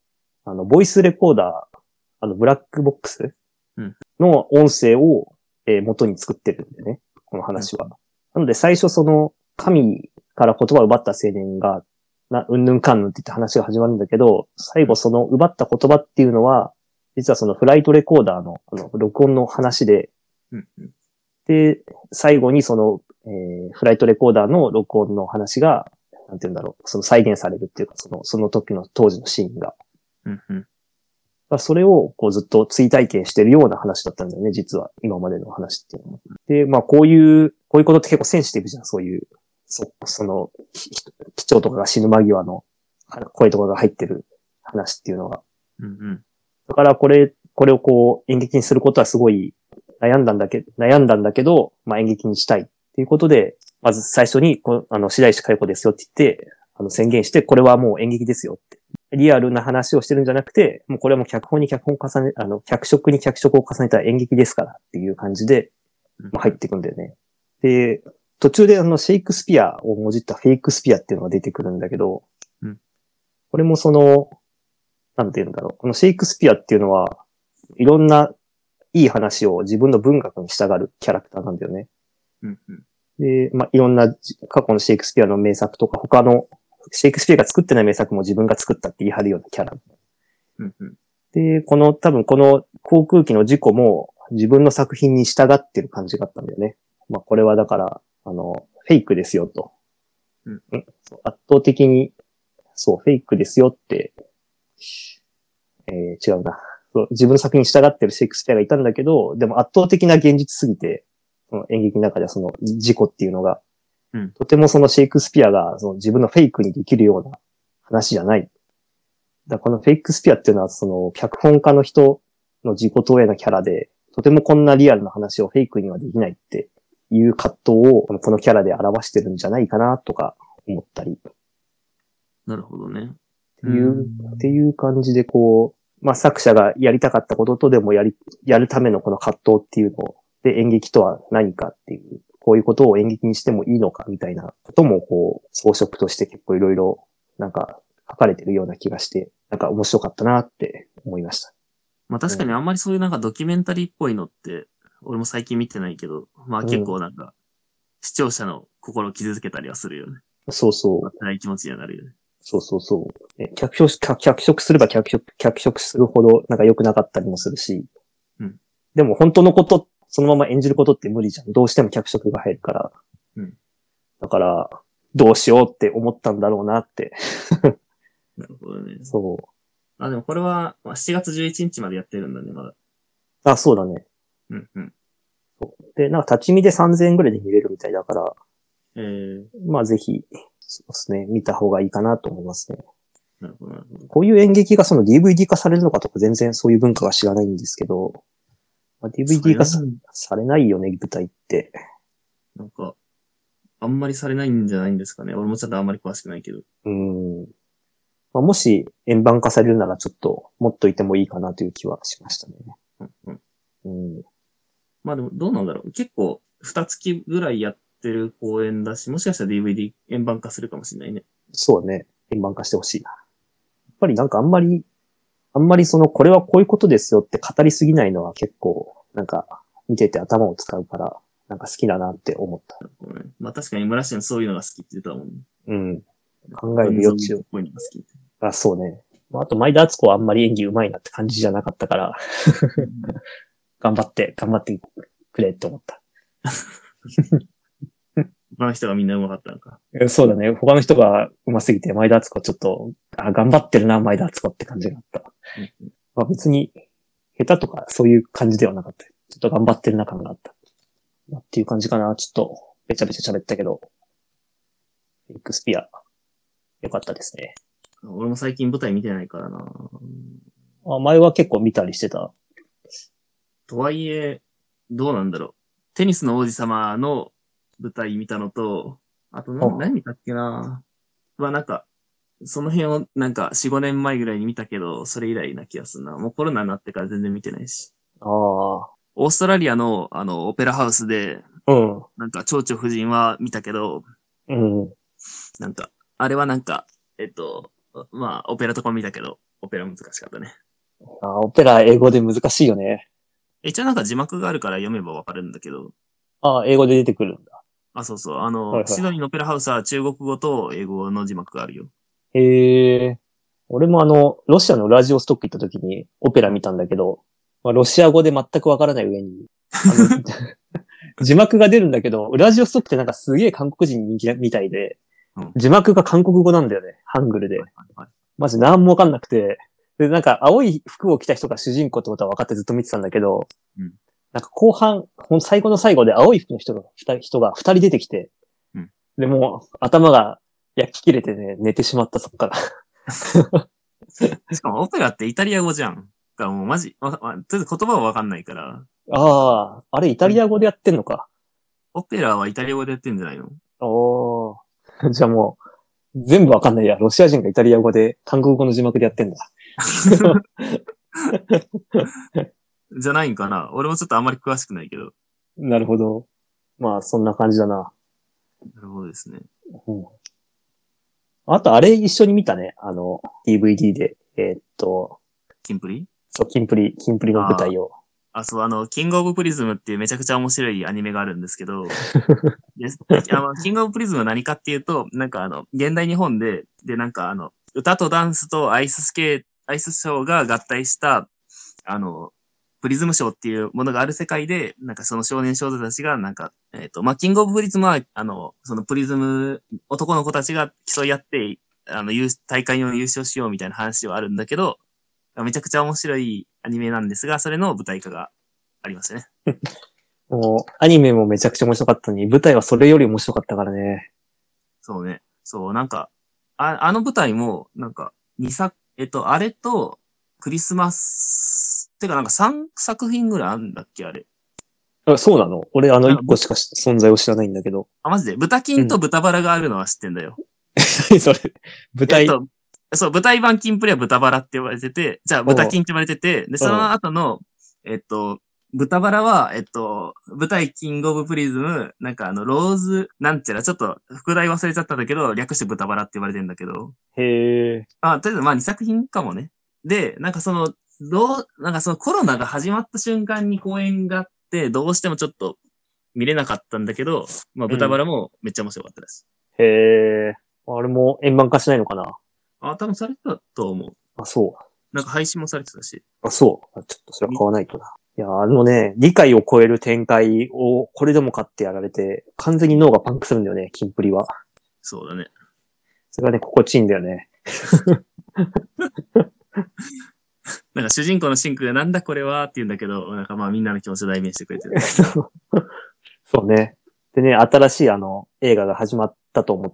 S1: あの、ボイスレコーダー、あの、ブラックボックス
S2: うん
S1: の音声を、えー元に作ってるんでね、この話は。なので、最初その、神から言葉を奪った青年が、な、うんぬんかんぬんって言って話が始まるんだけど、最後その奪った言葉っていうのは、実はそのフライトレコーダーの、あの、録音の話で、
S2: うんうん
S1: で、最後にその、えーフライトレコーダーの録音の話が、なんて言うんだろう、その再現されるっていうか、その、その時の当時のシーンが。
S2: うんうん
S1: まあそれをこうずっと追体験してるような話だったんだよね、実は。今までの話っていうのは。で、まあこういう、こういうことって結構センシティブじゃん、そういう。そその、ひひ機長とかが死ぬ間際のあの声とかが入ってる話っていうのは。
S2: うんうん
S1: だからこれ、これをこう演劇にすることはすごい悩んだんだけ、悩んだんだけど、まあ演劇にしたいっていうことで、まず最初にこ、あの、白石佳代子ですよって言って、あの、宣言して、これはもう演劇ですよって。リアルな話をしてるんじゃなくて、もうこれはもう脚本に脚本重ね、あの、脚色に脚色を重ねた演劇ですからっていう感じで、
S2: うん
S1: まあ、入ってくんだよね。で、途中であの、シェイクスピアをもじったフェイクスピアっていうのが出てくるんだけど、
S2: うん
S1: これもその、なんて言うんだろう。このシェイクスピアっていうのは、いろんないい話を自分の文学に従うキャラクターなんだよね。
S2: うんうん
S1: で、まあ、いろんなじ過去のシェイクスピアの名作とか、他のシェイクスピアが作ってない名作も自分が作ったって言い張るようなキャラ。
S2: うんうん
S1: で、この、多分この航空機の事故も自分の作品に従ってる感じがあったんだよね。まあ、これはだから、あの、フェイクですよと。
S2: うん
S1: そう圧倒的に、そう、フェイクですよって、えー違うなそう。自分の作品に従ってるシェイクスピアがいたんだけど、でも圧倒的な現実すぎて、その演劇の中ではその事故っていうのが、
S2: うん
S1: とてもそのシェイクスピアがその自分のフェイクにできるような話じゃないだからこのフェイクスピアっていうのは、その、脚本家の人の自己投影なキャラで、とてもこんなリアルな話をフェイクにはできないっていう葛藤を、このこのキャラで表してるんじゃないかな、とか思ったり、っ
S2: なるほどね。
S1: ていう、
S2: うん
S1: っていう感じで、こう、まあ、作者がやりたかったこととでもやり、やるためのこの葛藤っていうので、演劇とは何かっていう、こういうことを演劇にしてもいいのか、みたいなことも、こう、装飾として結構いろいろ、なんか、書かれてるような気がして、なんか面白かったなって思いました。
S2: まあ確かにあんまりそういうなんかドキュメンタリーっぽいのって、俺も最近見てないけど、まあ結構なんか、視聴者の心を傷つけたりはするよね。
S1: そうそう。
S2: 辛い気持ちにはなるよね。
S1: そうそうそう。ね脚色し、脚脚色すれば脚色、脚色するほどなんか良くなかったりもするし。
S2: うん
S1: でも本当のこと、そのまま演じることって無理じゃん。どうしても脚色が入るから。
S2: うん
S1: だから、どうしようって思ったんだろうなって。
S2: なるほどね。
S1: そう。
S2: あ、でもこれは、まあ、7月11日までやってるんだね、まだ。
S1: あ、そうだね。
S2: うんうん。
S1: で、なんか立ち見で3000円ぐらいで見れるみたいだから、
S2: えー、
S1: まあぜひ、そうですね、見た方がいいかなと思いますね。
S2: なるほど、なるほど。
S1: こういう演劇がその DVD 化されるのかとか全然そういう文化が知らないんですけど、まあ、DVD 化さ
S2: それは
S1: されないよね、舞台って。
S2: なんか、あんまりされないんじゃないんですかね。俺もちょっとあんまり詳しくないけど。
S1: うん。まあ、もし円盤化されるならちょっと持っといてもいいかなという気はしましたね。
S2: うんうん。
S1: うん。
S2: まあでも、どうなんだろう。結構、二月ぐらいやってる公演だし、もしかしたら DVD 円盤化するかもしれないね。
S1: そうね。円盤化してほしいな。やっぱりなんかあんまり、あんまりその、これはこういうことですよって語りすぎないのは結構、なんか見てて頭を使うから、なんか好きだなって思った。
S2: こうねまあ確かに村重そういうのが好きって言ってたもんね。
S1: うん。考える余地を
S2: ゾンビっぽいのが好きって。
S1: あ、そうね。まああと、前田敦子はあんまり演技上手いなって感じじゃなかったから、 頑張って、頑張ってくれって思った。
S2: 他の人がみんな上手かったのか。
S1: えそうだね。他の人が上手すぎて、前田敦子ちょっと、あ、頑張ってるな、前田敦子って感じがあった
S2: うん。
S1: まあ別に、下手とかそういう感じではなかった。ちょっと頑張ってるな感があった。まあっていう感じかな。ちょっと、べちゃべちゃ喋ったけど、エクスピア、よかったですね。
S2: 俺も最近舞台見てないからな。
S1: あ前は結構見たりしてた。
S2: とはいえ、どうなんだろう。テニスの王子様の舞台見たのと、あとな
S1: ああ
S2: 何見たっけなはなんか、その辺をなんか4、5年前ぐらいに見たけど、それ以来な気がするな。もうコロナになってから全然見てないし。
S1: あ
S2: オーストラリアのあの、オペラハウスで、
S1: あ。うん。
S2: なんか、蝶々夫人は見たけど、
S1: うん。
S2: なんか、あれはなんか、えっと、まあ、オペラとかも見たけど、オペラ難しかったね。
S1: ああ、オペラ英語で難しいよね。
S2: 一応なんか字幕があるから読めばわかるんだけど、
S1: ああ、英語で出てくるんだ。
S2: あ、そうそう、あの、
S1: はいはい
S2: シドニーのオペラハウスは中国語と英語の字幕があるよ。
S1: へえ。俺もあの、ロシアのラジオストック行った時にオペラ見たんだけど、まあ、ロシア語で全くわからない上に、あの 字幕が出るんだけど、ラジオストックってなんかすげえ韓国人人気みたいで
S2: うん、
S1: 字幕が韓国語なんだよね。ハングルで。
S2: はい
S1: マジ何もわかんなくて、で、なんか青い服を着た人が主人公ってことは分かってずっと見てたんだけど、
S2: うん
S1: なんか後半、ほん最後の最後で青い服の人が二人人が二人出てきて、
S2: うん
S1: で、もう頭が焼き切れてね、寝てしまったそっから。
S2: しかもオペラってイタリア語じゃん。だからもうマジ、ままとりあえず言葉はわかんないから、
S1: ああ、あれイタリア語でやってんのか。
S2: オペラはイタリア語でやってんじゃないの
S1: おー。 じゃあもう、全部わかんないや。ロシア人がイタリア語で、韓国語の字幕でやってんだ。
S2: じゃないんかな俺もちょっとあんまり詳しくないけど。
S1: なるほど。まあ、そんな感じだな。
S2: なるほどですね。
S1: うんあと、あれ一緒に見たね。あの、DVD で。えーっと、
S2: キンプリ
S1: そう、キンプリ、キンプリの舞台を。
S2: あ、そう、あの、キングオブプリズムっていうめちゃくちゃ面白いアニメがあるんですけど、であのキングオブプリズムは何かっていうと、なんかあの、現代日本で、で、なんかあの、歌とダンスとアイススケー、アイスショーが合体した、あの、プリズムショーっていうものがある世界で、なんかその少年少女たちが、なんか、えっ、と、まあ、キングオブプリズムは、あの、そのプリズム、男の子たちが競い合って、あの、優大会を優勝しようみたいな話はあるんだけど、めちゃくちゃ面白いアニメなんですが、それの舞台化がありますね。
S1: もう、アニメもめちゃくちゃ面白かったのに、舞台はそれより面白かったからね。
S2: そうね。そう、なんか、ああの舞台も、なんか、2作、えっと、あれと、クリスマス、てかなんか3作品ぐらいあんだっけ、あれ。
S1: あそうなの俺、あの
S2: うん
S1: 一個しかし存在を知らないんだけど。
S2: あ、マジで、豚金と豚バラがあるのは知ってんだよ。
S1: 何それ舞
S2: え
S1: 台
S2: っ。と、そう、舞台版金プレは豚バラって呼ばれてて、じゃあ豚金って呼ばれてて、で、その後の、えっと、豚バラは、えっと、舞台キングオブプリズム、なんかあの、ローズ、なんちゃら、ちょっと、副題忘れちゃったんだけど、略して豚バラって呼ばれてんだけど、
S1: へえ。
S2: あ、とりあえずまあ2作品かもね。で、なんかその、どう、なんかそのコロナが始まった瞬間に公演があって、どうしてもちょっと見れなかったんだけど、まあ豚バラもめっちゃ面白かったです。
S1: へえ。あれも円満化しないのかな
S2: あ、多分されてたと思う。
S1: あ、そ
S2: なんか配信もされてたし。
S1: う。あ、そう。あちょっとそれは買わないとな。いや、あのね、理解を超える展開をこれでもかってやられて、完全に脳がパンクするんだよね、キンプリは。
S2: そうだね。
S1: それがね、心地いいんだよね。
S2: なんか主人公のシンクがなんだこれはって言うんだけど、なんかまあみんなの気持ちを代弁してく れてる。
S1: そうね。でね、新しいあの、映画が始まったと思っ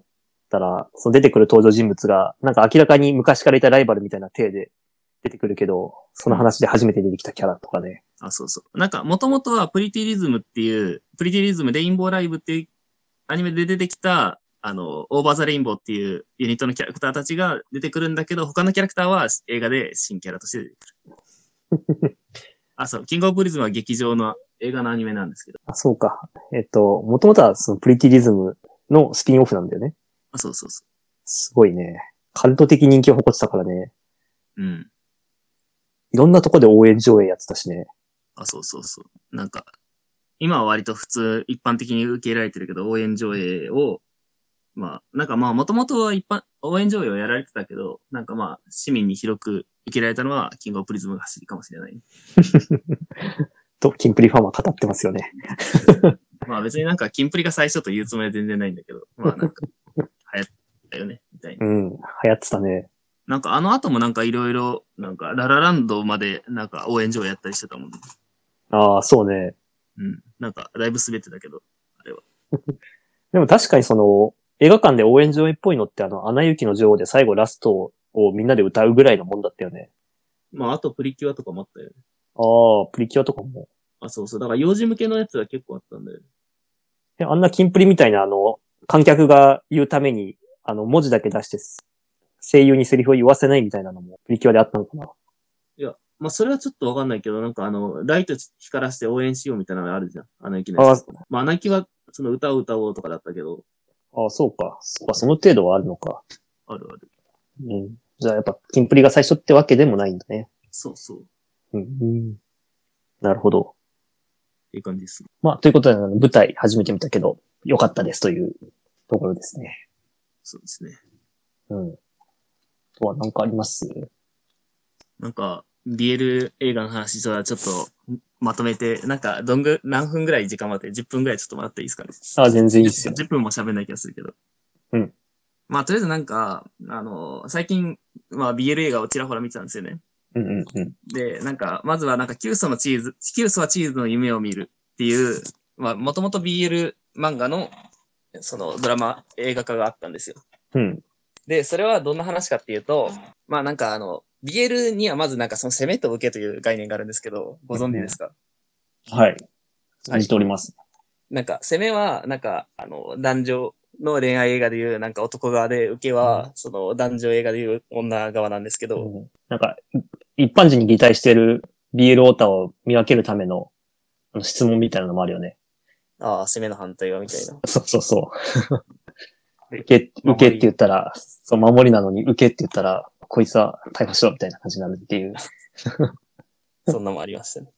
S1: たら、その出てくる登場人物が、なんか明らかに昔からいたライバルみたいな体で出てくるけど、その話で初めて出てきたキャラとかね。
S2: あ、そうそう。なんか、もともとはプリティリズムっていう、プリティリズムレインボーライブっていうアニメで出てきた、あの、オーバーザレインボーっていうユニットのキャラクターたちが出てくるんだけど、他のキャラクターは映画で新キャラとして出てくる。あ、そう。キングオブプリズムは劇場の映画のアニメなんですけど。
S1: あ、そうか。えっと、もともとはそのプリティリズムのスピンオフなんだよね。
S2: あ、そうそうそ
S1: すごいね。カルト的人気を誇ってたからね。
S2: う。うん。
S1: いろんなとこで応援上映やってたしね。
S2: あ、そうそうそう。なんか、今は割と普通、一般的に受け入れられてるけど、応援上映を、まあ、なんかまあ、もともとは一般、応援上映をやられてたけど、なんかまあ、市民に広く受け入れられたのは、キングオブプリズムが走りかもしれない。
S1: と、キンプリファンは語ってますよね。
S2: まあ別になんか、キンプリが最初と言うつもりは全然ないんだけど、まあなんか、流行ったよね、みたいな。
S1: うん。流行ってたね。
S2: なんかあの後もなんかいろいろ、なんか、ララランドまで、なんか応援上映やったりしてたもんね。
S1: ああ、そうね。
S2: うん。なんか、だいぶ滑ってたけど。
S1: でも確かにその、映画館で応援上映っぽいのってあの、アナ雪の女王で最後ラストをみんなで歌うぐらいのもんだったよね。
S2: まあ、あとプリキュアとかもあったよね。
S1: ああ、プリキュアとかも。
S2: あ、あ、そうそう。だから幼児向けのやつは結構あったんだよね。
S1: えあんなキンプリみたいな、あの、観客が言うために、あの、文字だけ出してす、声優にセリフを言わせないみたいなのも、プリキュアであったのかな。
S2: まあ、それはちょっとわかんないけど、なんかあの、ライト光らせて応援しようみたいなのあるじゃん。アナ雪の
S1: あ
S2: や
S1: あ
S2: つ。まあ、アナ雪は、その歌を歌おうとかだったけど、
S1: ああ、そうか。そっか、その程度はあるのか。
S2: あるある。
S1: うん。じゃあ、やっぱ、キンプリが最初ってわけでもないんだね。
S2: そうそう。っ
S1: うん。なるほど。
S2: ていう感じですね。
S1: まあ、ということで、あの舞台始めてみたけど、良かったですというところですね。
S2: そうですね。
S1: うん。あとは何かあります
S2: なんか、BL 映画の話とはちょっとまとめて、なんか、どんぐ、何分ぐらい時間まで ?10 分ぐらいちょっともらっていいですかね。
S1: ああ、全然いいっすよ。
S2: 10分も喋んない気がするけど。
S1: うん。
S2: まあ、とりあえずなんか、あの、最近、まあ、BL 映画をちらほら見てたんですよね。
S1: うんうんうん。
S2: で、なんか、まずはなんか、キュウソのチーズ、キュウソはチーズの夢を見るっていう、まあ、もともと BL 漫画の、そのドラマ、映画化があったんですよ。
S1: うん。
S2: で、それはどんな話かっていうと、まあなんかあの、BL にはまずなんかその攻めと受けという概念があるんですけど、ご存知ですか、
S1: はい。
S2: はい
S1: 感じております。
S2: なんか攻めは、なんかあの、男女の恋愛映画でいうなんか男側で、受けはその男女映画でいう女側なんですけど、
S1: うんなんか、い一般人に擬態してる BL オーターを見分けるためのあの質問みたいなのもあるよね。
S2: ああ、攻めの反対はみたいな。
S1: そうそうそ
S2: は
S1: う。
S2: い
S1: 受け、
S2: 守り
S1: 受けって言ったら、そう、守りなのに受けって言ったら、こいつは逮捕しろみたいな感じになるっていう。
S2: そんなもんありましたね。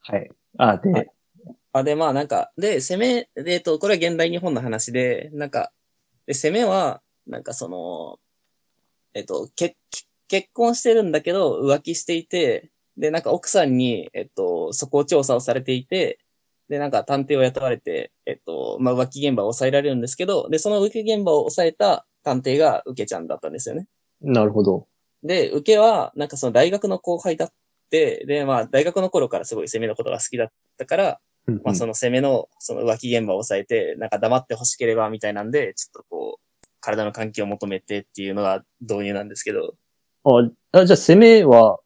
S1: はい。あ、で、
S2: はいあ、で、まあなんか、で、攻め、で、えっと、これは現代日本の話で、なんか、で、攻めは、なんかその、えっと、け、け結婚してるんだけど、浮気していて、で、なんか奥さんに、えっと、そこを調査をされていて、で、なんか探偵を雇われて、えっと、まあ浮気現場を抑えられるんですけど、で、その浮気現場を抑えた探偵が受けちゃんだったんですよね。
S1: なるほど。
S2: で、受けは、なんかその大学の後輩だって、で、まあ大学の頃からすごい攻めのことが好きだったから、
S1: うん
S2: まあ、その攻めの、その浮気現場を抑えて、なんか黙って欲しければみたいなんで、ちょっとこう、体の関係を求めてっていうのが導入なんですけど、
S1: うんああじゃあ攻めは、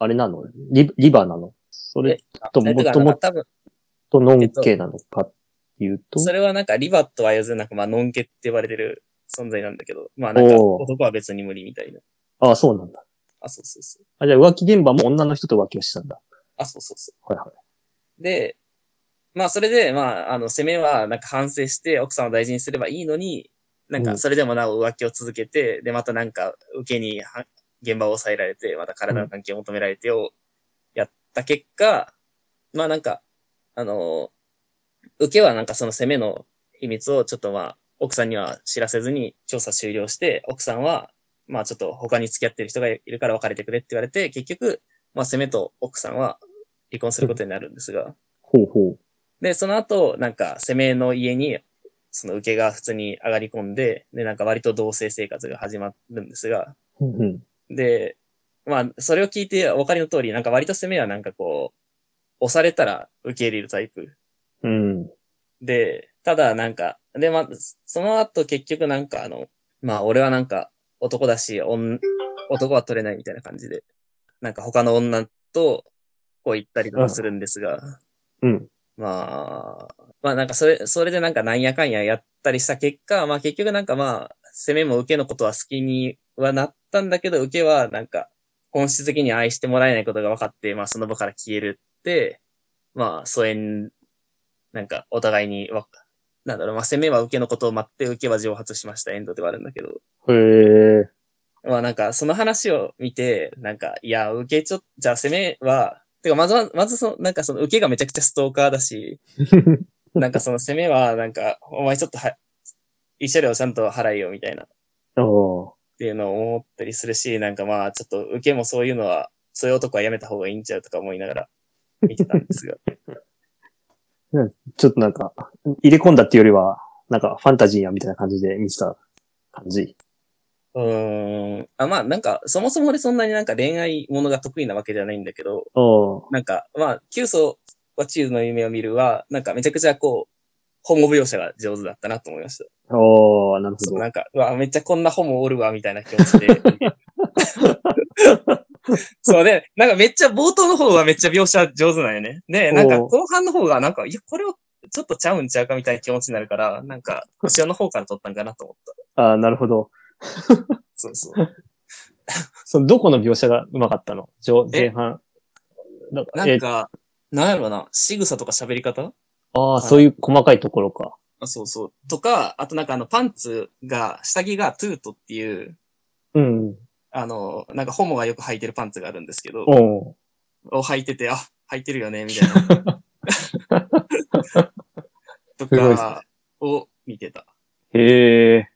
S1: あれなのリリバーなのそれとも
S2: だから
S1: とも
S2: 多分、
S1: とノンケなのかっていうと、
S2: それはなんかリバとは言わず、なんかまあ、ノンケって呼ばれてる存在なんだけど、まあなんか
S1: おー
S2: 男は別に無理みたいな。
S1: ああ、そうなんだ。
S2: あ、そうそうそう。
S1: あじゃあ浮気現場も女の人と浮気をしたんだ。
S2: あ、そうそうそう。
S1: はいはい。
S2: で、まあ、それで、まあ、あの、攻めは、なんか反省して、奥さんを大事にすればいいのに、なん
S1: う
S2: か、
S1: ん
S2: それでもなお浮気を続けて、で、またなんか、受けには、現場を抑えられて、また体の関係を求められてを、やった結果、まあ、なんか、あの、受けはなんかその攻めの秘密をちょっとまあ、奥さんには知らせずに調査終了して、奥さんは、まあちょっと他に付き合ってる人がいるから別れてくれって言われて、結局、まあ攻めと奥さんは離婚することになるんですが、
S1: ほうほう。
S2: で、その後、なんか、攻めの家に、その受けが普通に上がり込んで、で、なんか割と同棲生活が始まるんですが、
S1: うんうん、
S2: で、まあ、それを聞いてお分かりの通り、なんか割と攻めはなんかこう、押されたら受け入れるタイプ。
S1: うん。
S2: で、ただなんか、で、まあ、その後結局なんかあの、まあ俺はなんか男だし、女男は取れないみたいな感じで、なんか他の女とこう行ったりとかするんですが、
S1: うん。
S2: まあ、まあなんかそれ、それでなんかなんやかんややったりした結果、まあ結局なんかまあ、攻めも受けのことは好きにはなったんだけど、受けはなんか本質的に愛してもらえないことが分かって、まあその場から消えるって、まあ疎遠、なんかお互いにわ、なんだろう、まあ攻めは受けのことを待って、受けは蒸発しました、エンドではあるんだけど。
S1: へえ。
S2: まあなんか、その話を見て、なんか、いや、受けちょ、じゃあ攻めは、てか、まずは、まずその、なんかその受けがめちゃくちゃストーカーだし、なんかその攻めは、なんか、お前ちょっとは、慰謝料ちゃんと払えよ、みたいな、っ
S1: ああ。
S2: ていうのを思ったりするし、なんかまあ、ちょっと受けもそういうのは、そういう男はやめた方がいいんちゃうとか思いながら見てたんですが。
S1: ちょっとなんか、入れ込んだっていうよりは、なんかファンタジーやみたいな感じで見てた感じ。
S2: うーん。あ、まあ、なんか、そもそも俺そんなになんか恋愛ものが得意なわけじゃないんだけど、
S1: ああ。
S2: なんか、まあ、キュウソはチーズの夢を見るは、なんかめちゃくちゃこう、ホモ描写が上手だったなと思いました。
S1: ああ、なるほ
S2: そう
S1: ど。
S2: なんか、うわ、めっちゃこんなホモおるわ、みたいな気持ちで。そうで、なんかめっちゃ冒頭の方がめっちゃ描写上手なんよね。で、なんか
S1: おう
S2: 後半の方がなんか、いや、これはちょっとちゃうんちゃうかみたいな気持ちになるから、なんか、後ろの方から撮ったんかなと思った。
S1: ああ、なるほど。
S2: そうそう。
S1: その、どこの描写がうまかったの上前
S2: え
S1: 半。なんか、
S2: なん
S1: え
S2: か、なんやろな、仕草とか喋り方
S1: ああ、そういう細かいところか。
S2: あそうそう。とか、あとなんかあの、パンツが、下着がトゥートっていう、
S1: うん。
S2: あの、なんかホモがよく履いてるパンツがあるんですけど、
S1: おう
S2: を履いてて、あ、履いてるよね、みたいな。 と
S1: すごいっす
S2: か、を見てた。
S1: へえ。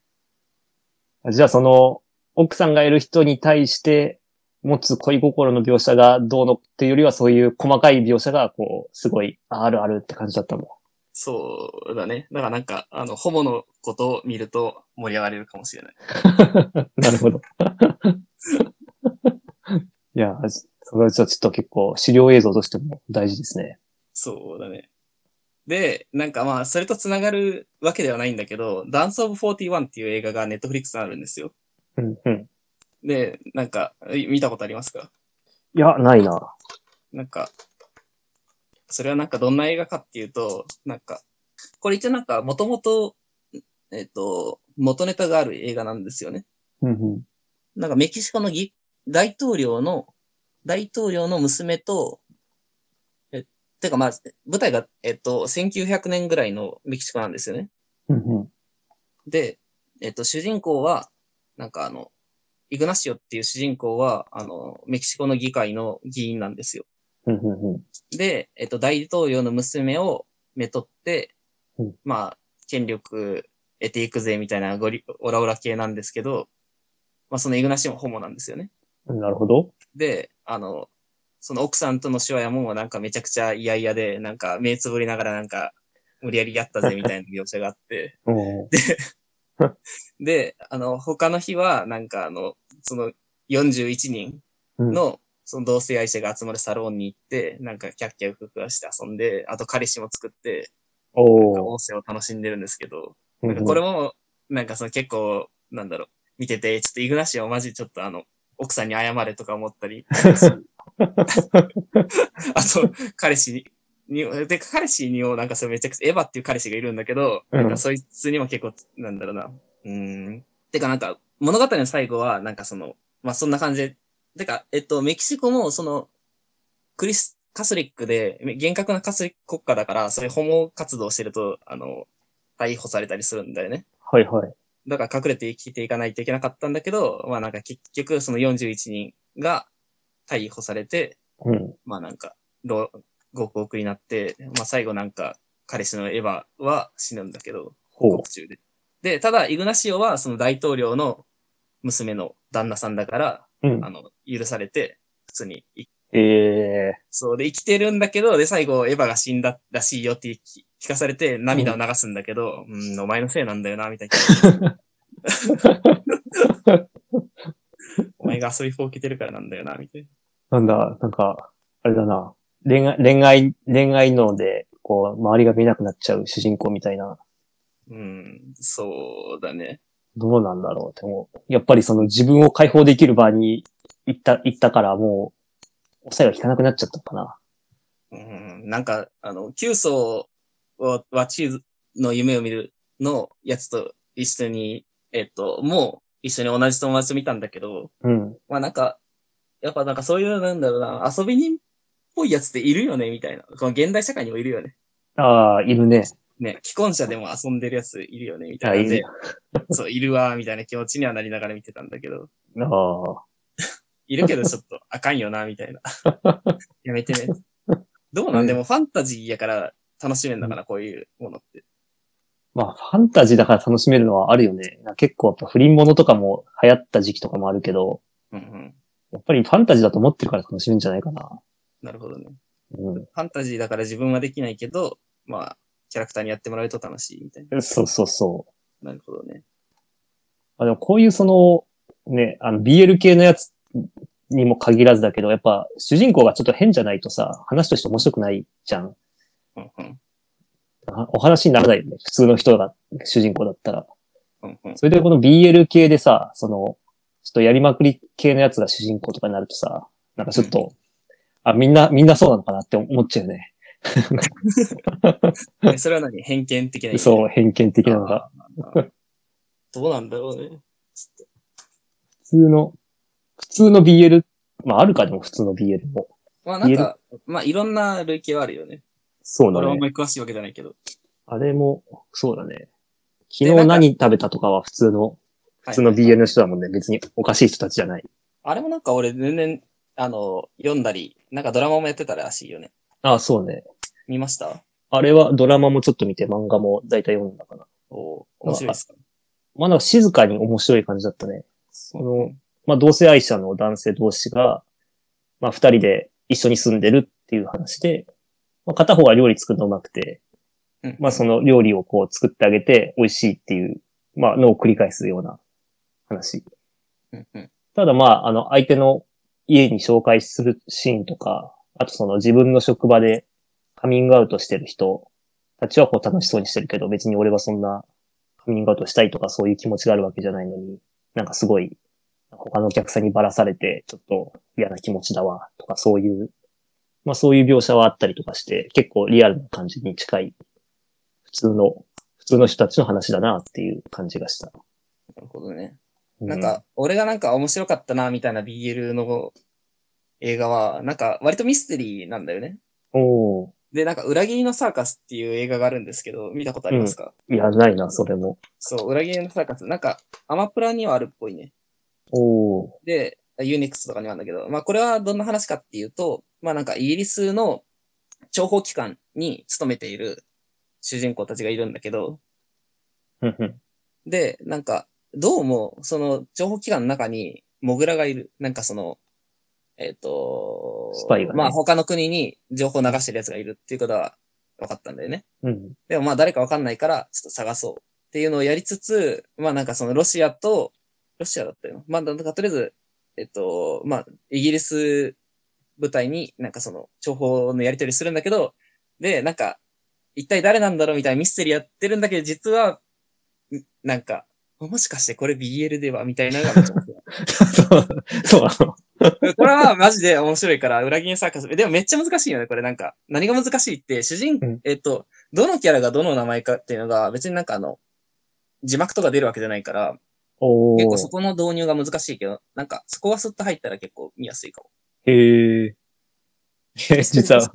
S1: じゃあ、その、奥さんがいる人に対して、持つ恋心の描写がどうのっていうよりは、そういう細かい描写が、こう、すごい、ああるあるって感じだった もん。
S2: そうだね。だからなんか、あの、ホモのことを見ると盛り上がれるかもしれない。
S1: なるほど。いや、それはちょっと結構資料映像としても大事ですね。
S2: そうだね。で、なんかまあ、それと繋がるわけではないんだけど、ダンスオブ41っていう映画がネットフリックスにあるんですよ。
S1: うんうん。
S2: で、なんか、え見たことありますか
S1: いや、ないな。
S2: なんか、それはなんかどんな映画かっていうと、なんか、これ一応なんか、もともと、えっ、と、元ネタがある映画なんですよね。
S1: うんうん。
S2: なんかメキシコの議大統領の、大統領の娘と、え、てかまあ、舞台が、えっと、1900年ぐらいのメキシコなんですよね。
S1: うんうん。
S2: で、えっと、主人公は、なんかあの、イグナシオっていう主人公は、あの、メキシコの議会の議員なんですよ。
S1: うんうんうん。
S2: で、えっと、大統領の娘をめとって、
S1: うん
S2: まあ、権力得ていくぜ、みたいなゴリ、オラオラ系なんですけど、まあ、そのイグナシオもホモなんですよね。
S1: なるほど。
S2: で、あの、その奥さんとの手話やもなんかめちゃくちゃ嫌々で、なんか目つぶりながらなんか無理やりやったぜみたいな描写があって、
S1: うん
S2: で、あの、他の日はなんかあの、その41人の、その同性愛者が集まるサロンに行って、なんかキャッキャウフフワして遊んで、あと彼氏も作って、なんか
S1: お
S2: 音声を楽しんでるんですけど、
S1: ー
S2: なんかこれも、なんかその結構、なんだろう、見てて、ちょっとイグナシオマジちょっとあの、奥さんに謝れとか思った り、あと、彼氏に、にで、彼氏にをなんかそれめちゃくちゃ、エヴァっていう彼氏がいるんだけど、
S1: うん
S2: なんかそいつにも結構、なんだろうな、うーん。てかなんか、物語の最後は、なんかその、まあそんな感じで、てか、えっと、メキシコもその、クリス、カスリックで、厳格なカスリック国家だから、そういうホモ活動してると、あの、逮捕されたりするんだよね。
S1: はいはい。
S2: だから隠れて生きていかないといけなかったんだけど、まあなんか結局その41人が逮捕されて、
S1: うん。
S2: まあなんか、牢獄獄になって、まあ最後なんか彼氏のエヴァは死ぬんだけど、
S1: ほう
S2: 獄中で。で、ただイグナシオはその大統領の娘の旦那さんだから、
S1: うん
S2: あ。の、許されて、普通に生き
S1: ええ
S2: そうで生きてるんだけど、で最後エヴァが死んだらしいよって聞聞かされて涙を流すんだけど、うん、お前のせいなんだよ な、みたいな。お前が遊びほうけてるからなんだよな、みたい な。
S1: なんだ、なんか、あれだな。恋愛、恋愛、恋愛脳で、こう、周りが見えなくなっちゃう主人公みたいな。
S2: うん、そうだね。
S1: どうなんだろうって思う。やっぱりその自分を解放できる場に行った、行ったからもう、抑えが効かなくなっちゃったのかな。
S2: うん、なんか、あの、九層ははチーズの夢を見るのやつと一緒に、えっと、もう一緒に同じ友達と見たんだけど、
S1: うん。
S2: まあなんか、やっぱなんかそういう、なんだろうな、遊び人っぽいやつっているよね、みたいな。この現代社会にもいるよね。
S1: ああ、いるね。
S2: ね、既婚者でも遊んでるやついるよね、みた
S1: あ
S2: いな。
S1: い
S2: で
S1: る、
S2: そう、いるわ、みたいな気持ちにはなりながら見てたんだけど。
S1: ああ。
S2: いるけどちょっとあかんよな、みたい な。やめてね。どうなんでもファンタジーやから楽しめんだから、こういうものって。
S1: まあ、ファンタジーだから楽しめるのはあるよね。結構やっぱ不倫ものとかも流行った時期とかもあるけど、
S2: うんうん。
S1: やっぱりファンタジーだと思ってるから楽しめるんじゃないかな。
S2: なるほどね。
S1: うん。
S2: ファンタジーだから自分はできないけど、まあ、キャラクターにやってもらうと楽しいみたいな。
S1: そうそうそう。
S2: なるほどね。
S1: まあ、でもこういうその、ね、あの BL 系のやつにも限らずだけど、やっぱ主人公がちょっと変じゃないとさ、話として面白くないじゃん。
S2: うんうん。
S1: あお話にならないよね。普通の人が主人公だったら。
S2: うんうん。
S1: それでこの BL 系でさ、その、ちょっとやりまくり系のやつが主人公とかになるとさ、なんかちょっと、あ、みんな、みんなそうなのかなって思っちゃうよね。
S2: えそれは何偏見的な意見
S1: そう、偏見的なのが。
S2: どうなんだろうね。
S1: 普通の、普通の BL、まああるかでも普通の BL も。
S2: まあなんか、まあいろんな類型はあるよね。
S1: そうだ
S2: 俺はあん
S1: ね。
S2: まり詳しいわけじゃないけど。
S1: あれも、そうだね。
S2: で
S1: 昨
S2: な
S1: 日
S2: んか
S1: 何食べたとかは普通の、普通の
S2: はいはい
S1: BL の人だもんね。別におかしい人たちじゃない。
S2: あれもなんか俺全然、あの、読んだり、なんかドラマもやってたらしいよね。
S1: ああ、そうね。
S2: 見ました
S1: あれはドラマもちょっと見て漫画も大体読んだかな。
S2: おー面白いですか
S1: まあなんか静かに面白い感じだったね。その、まあ同性愛者の男性同士が、まあ二人で一緒に住んでるっていう話で、まあ片方は料理作るのうまくて、
S2: うん
S1: まあその料理をこう作ってあげて美味しいっていう、まあのを繰り返すような話。
S2: うんうん
S1: ただまあ、あの相手の家に紹介するシーンとか、あとその自分の職場でカミングアウトしてる人たちはこう楽しそうにしてるけど、別に俺はそんなカミングアウトしたいとかそういう気持ちがあるわけじゃないのに、なんかすごい、他のお客さんにばらされて、ちょっと嫌な気持ちだわ、とかそういう、まあそういう描写はあったりとかして、結構リアルな感じに近い、普通の、普通の人たちの話だなっていう感じがした。
S2: なるほどね。
S1: う
S2: なん、か、俺がなんか面白かったな、みたいな BL の映画は、なんか割とミステリーなんだよね。
S1: おー
S2: で、なんか、裏切りのサーカスっていう映画があるんですけど、見たことありますか、
S1: いや、ないな、それも。
S2: そう、裏切りのサーカス。なんか、アマプラにはあるっぽいね。
S1: おー
S2: で、UNEXT とかにはあるんだけど、まあ、これはどんな話かっていうと、まあ、なんか、イギリスの諜報機関に勤めている主人公たちがいるんだけど、
S1: うんうん
S2: で、なんか、どうも、その、情報機関の中に、モグラがいる。なんかその、えっ、と、
S1: スパイがね
S2: まあ他の国に情報を流してる奴がいるっていうことは分かったんだよね。
S1: うん。
S2: でもまあ誰か分かんないから、ちょっと探そうっていうのをやりつつ、まあなんかそのロシアと、ロシアだったよな。まあなんかとりあえず、えっ、と、まあ、イギリス部隊になんかその、情報のやり取りするんだけど、で、なんか、一体誰なんだろうみたいなミステリーやってるんだけど、実は、んなんか、もしかしてこれ BL ではみたいなのがめっちゃ面白い
S1: そう、そうなの。
S2: これはマジで面白いから、裏切りサーカス。でもめっちゃ難しいよね、これなんか。何が難しいって、主人、
S1: うん
S2: えっと、どのキャラがどの名前かっていうのが、別になんかあの、字幕とか出るわけじゃないから、
S1: お
S2: 結構そ
S1: ー
S2: この導入が難しいけど、なんかそこがスッと入ったら結構見やすいかも。
S1: へえ。実は、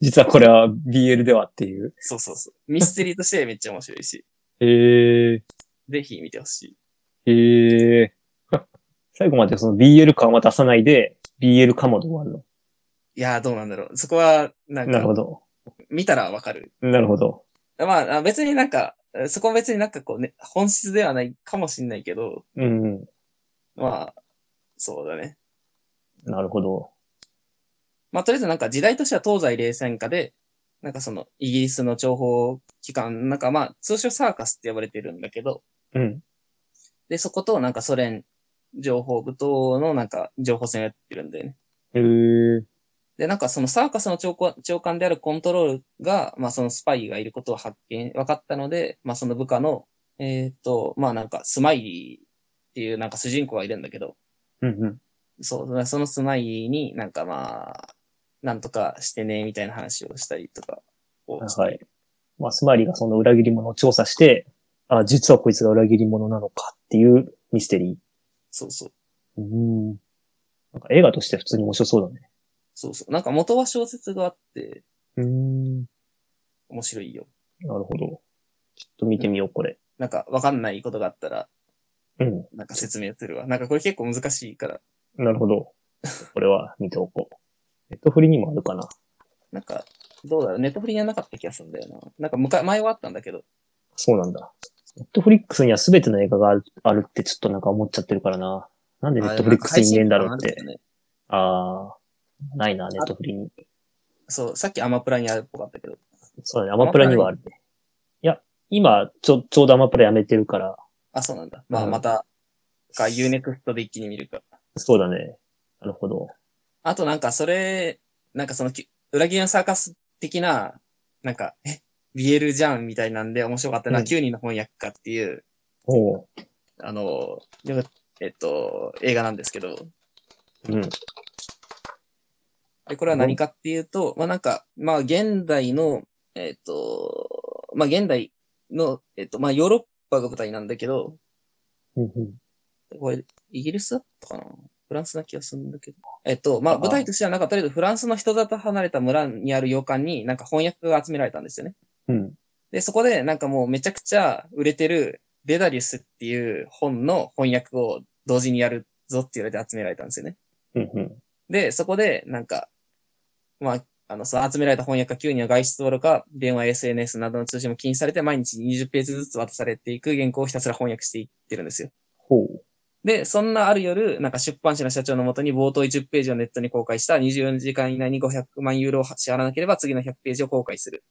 S1: 実はこれは BL ではっていう。
S2: そうそうそう。ミステリーとしてめっちゃ面白いし、
S1: へえ。
S2: ぜひ見てほしい。
S1: へえ。 最後までその BL 感は出さないで、BL かもで終わるの。
S2: いやーどうなんだろう。そこは、なん
S1: なるほ
S2: か、
S1: ど。
S2: 見たらわかる。
S1: なるほど。
S2: まああ、別になんか、えそこは別になんかこうね、本質ではないかもしんないけど、
S1: うん。
S2: まあ、そうだね。
S1: なるほど。
S2: まあ、とりあえずなんか時代としては東西冷戦下で、なんかそのイギリスの諜報機関、なんかまあ、通称サーカスって呼ばれてるんだけど、
S1: うん。
S2: で、そことなんかソ連情報部とのなんか情報戦をやってるんだよね。
S1: へえ。
S2: で、なんかそのサーカスの長官長官であるコントロールが、まあそのスパイがいることを発見、分かったので、まあその部下の、えっ、と、まあなんかスマイリーっていうなんか主人公がいるんだけど、
S1: うんうん。
S2: そう、そのスマイリーになんかまあ、なんとかしてね、みたいな話をしたりとかをして、
S1: はい。まあ、スマイリーがその裏切り者を調査して、あ、実はこいつが裏切り者なのかっていうミステリー。
S2: そうそう。
S1: うん。なんか映画として普通に面白そうだね。
S2: そうそう。なんか元は小説があって
S1: うん。
S2: 面白いよ。
S1: なるほど。ちょっと見てみよう、これ。
S2: なんかわかんないことがあったら、
S1: うん。
S2: なんか説明するわ。なんかこれ結構難しいから、
S1: なるほど。これは見ておこう。ネットフリにもあるかな。
S2: なんか、どうだろう。ネットフリにはなかった気がするんだよな。なんか昔、前はあったんだけど、
S1: そうなんだ。ネットフリックスには全ての映画があるあるってちょっとなんか思っちゃってるからな。なんでネットフリックスにねえんだろうって。
S2: あ。でもなんか配信とかもあるんだよね
S1: あー、ないな、ネットフリに。
S2: そう、さっきアマプラにあるっぽかったけど。
S1: そうだね、アマプラにはあるね。いや、今、ちょ、ちょうどアマプラやめてるから、
S2: あ、そうなんだ。まあ
S1: うん
S2: また、か、UNEXT で一気に見るか。
S1: そうだね。なるほど。
S2: あとなんかそれ、なんかそのき、裏切りのサーカス的な、なんか、え、BL じゃんみたいなんで面白かったな、
S1: うん
S2: 9人の翻訳家っていう、
S1: おう。
S2: あの、よかえっと、映画なんですけど、
S1: うん。
S2: で、これは何かっていうと、まあなんか、まあ現代の、えっ、と、まあ現代の、えっ、と、まあヨーロッパが舞台なんだけど、
S1: うんうん
S2: これ、イギリスだったかなフランスな気がするんだけど。えっと、まあ、舞台としては、なんか、とりあえずフランスの人里離れた村にある洋館に、なんか翻訳が集められたんですよね。
S1: うん。
S2: で、そこで、なんかもうめちゃくちゃ売れてる、デダリウスっていう本の翻訳を同時にやるぞって言われて集められたんですよね。
S1: うんうん。
S2: で、そこで、なんか、まあ、あの、その集められた翻訳が9人は外出登録か、電話、SNS などの通信も禁止されて、毎日20ページずつ渡されていく原稿をひたすら翻訳していってるんですよ。
S1: ほう。
S2: で、そんなある夜、なんか出版社の社長のもとに冒頭10ページをネットに公開した24時間以内に500万ユーロを支払わなければ次の100ページを公開する。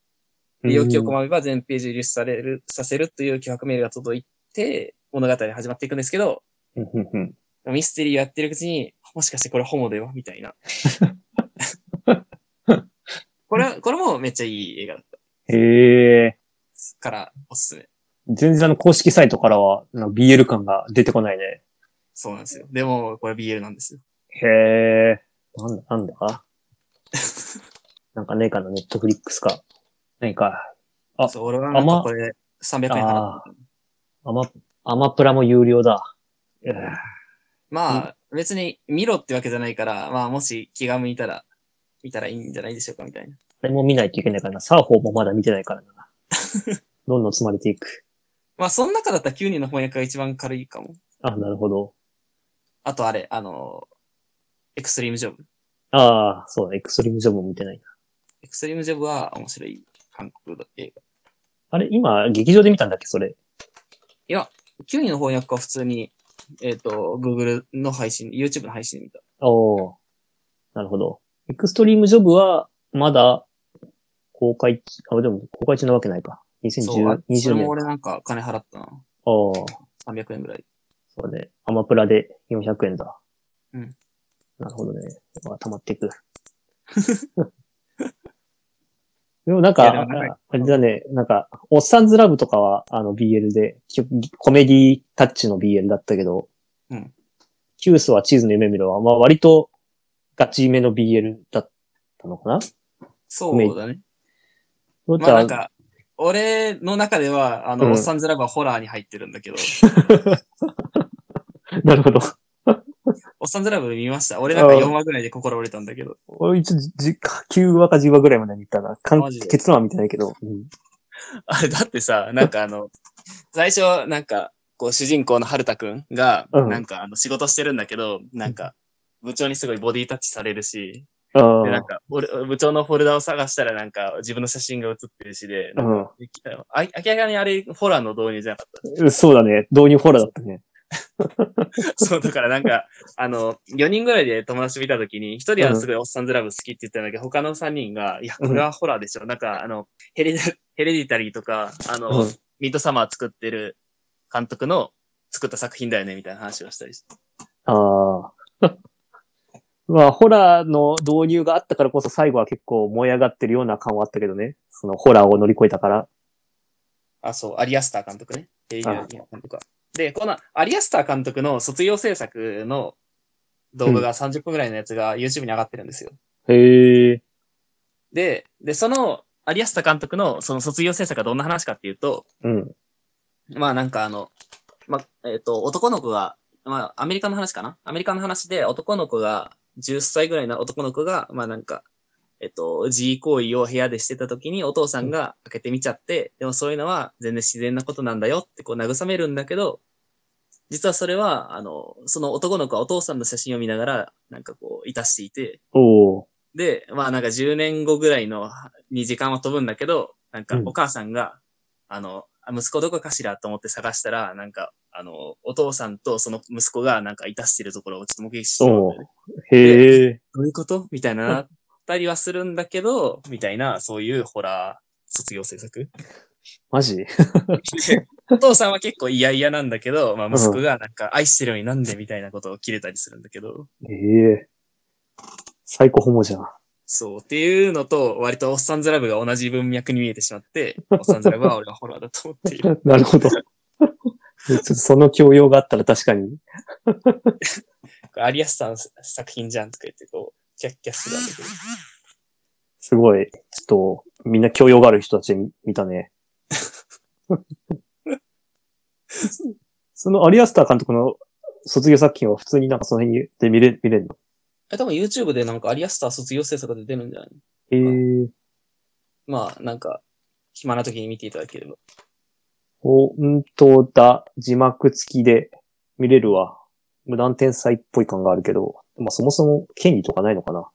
S2: で、要求を
S1: る。
S2: 拒めば全ページを流出される、させるという脅迫メールが届いて、物語が始まっていくんですけど、
S1: うんうんうん。
S2: ミステリーをやってるうちに、もしかしてこれホモだよみた いな。これは、これもめっちゃいい映画だっ
S1: へえ。
S2: たからおすすめ。
S1: 全然あの公式サイトからは、なんか BL 感が出てこないね。
S2: そうなんですよ。でも、これ BL なんですよ。
S1: へえ。なんだ、なんだなんかねえかな、ネットフリックスか。何か。あ
S2: そう、俺はなん
S1: あま
S2: かこれ300円払った。
S1: ああ。アマ、アマプラも有料だ。いやー
S2: まあ、別に見ろってわけじゃないから、まあ、もし気が向いたら、見たらいいんじゃないでしょうか、みたいな。
S1: あれも見ないといけないからな。サーフォーもまだ見てない からな。どんどん積まれていく。
S2: まあ、その中だったら9人の翻訳が一番軽いかも。
S1: あ、なるほど。
S2: あとあれ、あの、エクストリームジョブ。
S1: ああ、そうだ、エクストリームジョブも見てないな。
S2: エクストリームジョブは面白い韓国の映画。
S1: あれ、今、劇場で見たんだっけ、それ。
S2: 9人の翻訳は普通に、えっ、と、Google の配信、YouTube の配信で見た。
S1: おお。なるほど。エクストリームジョブは、まだ、公開、あ、でも、公開中なわけないか。
S2: そう、あ
S1: 2020
S2: それも
S1: 年。
S2: 俺なんか金払ったな。
S1: おお。
S2: 300円ぐらい。
S1: そうね。アマプラで400円だ。
S2: うん。
S1: なるほどね。まあ、溜まってい く。でもなんか、
S2: いやでもなん
S1: ああれだね、なんか、オッサンズラブとかは、あの、BL で、きコメディタッチの BL だったけど、
S2: うん。
S1: キュースはチーズの夢見ろは、まあ、割と、ガチめの BL だったのかな
S2: そうだね。
S1: そう
S2: まあ
S1: だ
S2: な
S1: っ
S2: ん
S1: たら、
S2: か、俺の中では、あの、
S1: うん
S2: オッサンズラブはホラーに入ってるんだけ ど、
S1: なるほど。
S2: オッサンズラブ見ました。俺なんか4話ぐらいで心折れたんだけど。
S1: 俺一応、じ、9話か10話ぐらいまで見たな。かん
S2: マジで
S1: 結論は見てないけど。うん。
S2: あれだってさ、なんかあの、最初、なんか、こう主人公の春田くんが、
S1: うん
S2: なんかあの仕事してるんだけど、なんか、部長にすごいボディタッチされるし、
S1: あ
S2: で、なん
S1: あ。
S2: か、俺、部長のフォルダを探したらなんか自分の写真が写ってるしで、なんか
S1: うん。
S2: あ明らかにあれ、ホラーの導入じゃなかっ
S1: そうだね。導入ホラーだったね。
S2: た。 そう、だからなんか、あの、4人ぐらいで友達見たときに、1人はすごいおっさんずラブ好きって言ってたんだけど、他の3人が、いや、これはホラーでしょ。なんか、あの、ヘレデヘレディタリーとか、あの、
S1: うん。
S2: ミッドサマー作ってる監督の作った作品だよね、みたいな話をしたりして。
S1: ああ。 まあ、ホラーの導入があったからこそ最後は結構燃え上がってるような感はあったけどね。そのホラーを乗り越えたから。
S2: あ、そう、アリアスター監督ね。ヘリディ
S1: あ
S2: タリーの監督は。で、このアリアスター監督の卒業制作の動画が30分ぐらいのやつが YouTube に上がってるんですよ。
S1: へえ。
S2: で、で、その、アリアスタ監督のその卒業制作がどんな話かっていうと、
S1: うん。
S2: まあなんかあの、まあ、えっ、と、男の子が、まあアメリカの話かなアメリカの話で男の子が、10歳ぐらいの男の子が、まあなんか、えっ、と、自慰行為を部屋でしてた時にお父さんが開けてみちゃって、でもそういうのは全然自然なことなんだよってこう慰めるんだけど、実はそれは、あの、その男の子はお父さんの写真を見ながら、なんかこう、いたしていて、
S1: おお。
S2: で、まあなんか10年後ぐらいのに時間は飛ぶんだけど、なんか
S1: うん
S2: お母さんが、あの、あ息子どこかしらと思って探したら、なんか、あの、お父さんとその息子がなんかいたしてるところをちょっと目撃してたんだよね
S1: へえ。
S2: どういうことみたいななったりはするんだけど、みたいな、そういうホラー卒業制作。
S1: マジ
S2: お父さんは結構嫌々なんだけど、まあ息子がなんか愛してるのになんでみたいなことを切れたりするんだけど、
S1: ええ。サイコホモじゃん。
S2: そう。っていうのと、割とオッサンズラブが同じ文脈に見えてしま って、オッサンズラブは俺はホラーだと思っている。
S1: なるほ ど。ちょっとその教養があったら確かに。
S2: アリアスさんの作品じゃんとか言って、こう、キャッキャッしてたんだけど。
S1: すごい、ちょっと、みんな教養がある人たちみ見たね。そ のアリアスター監督の卒業作品は普通になんかその辺で見れ、見れるの
S2: え、多分 YouTube でなんかアリアスター卒業制作で出るんじゃない
S1: えー、
S2: まあ、なんか、暇な時に見ていただければ。
S1: ほんとだ、字幕付きで見れるわ。無断天才っぽい感があるけど、まあそもそも権利とかないのかな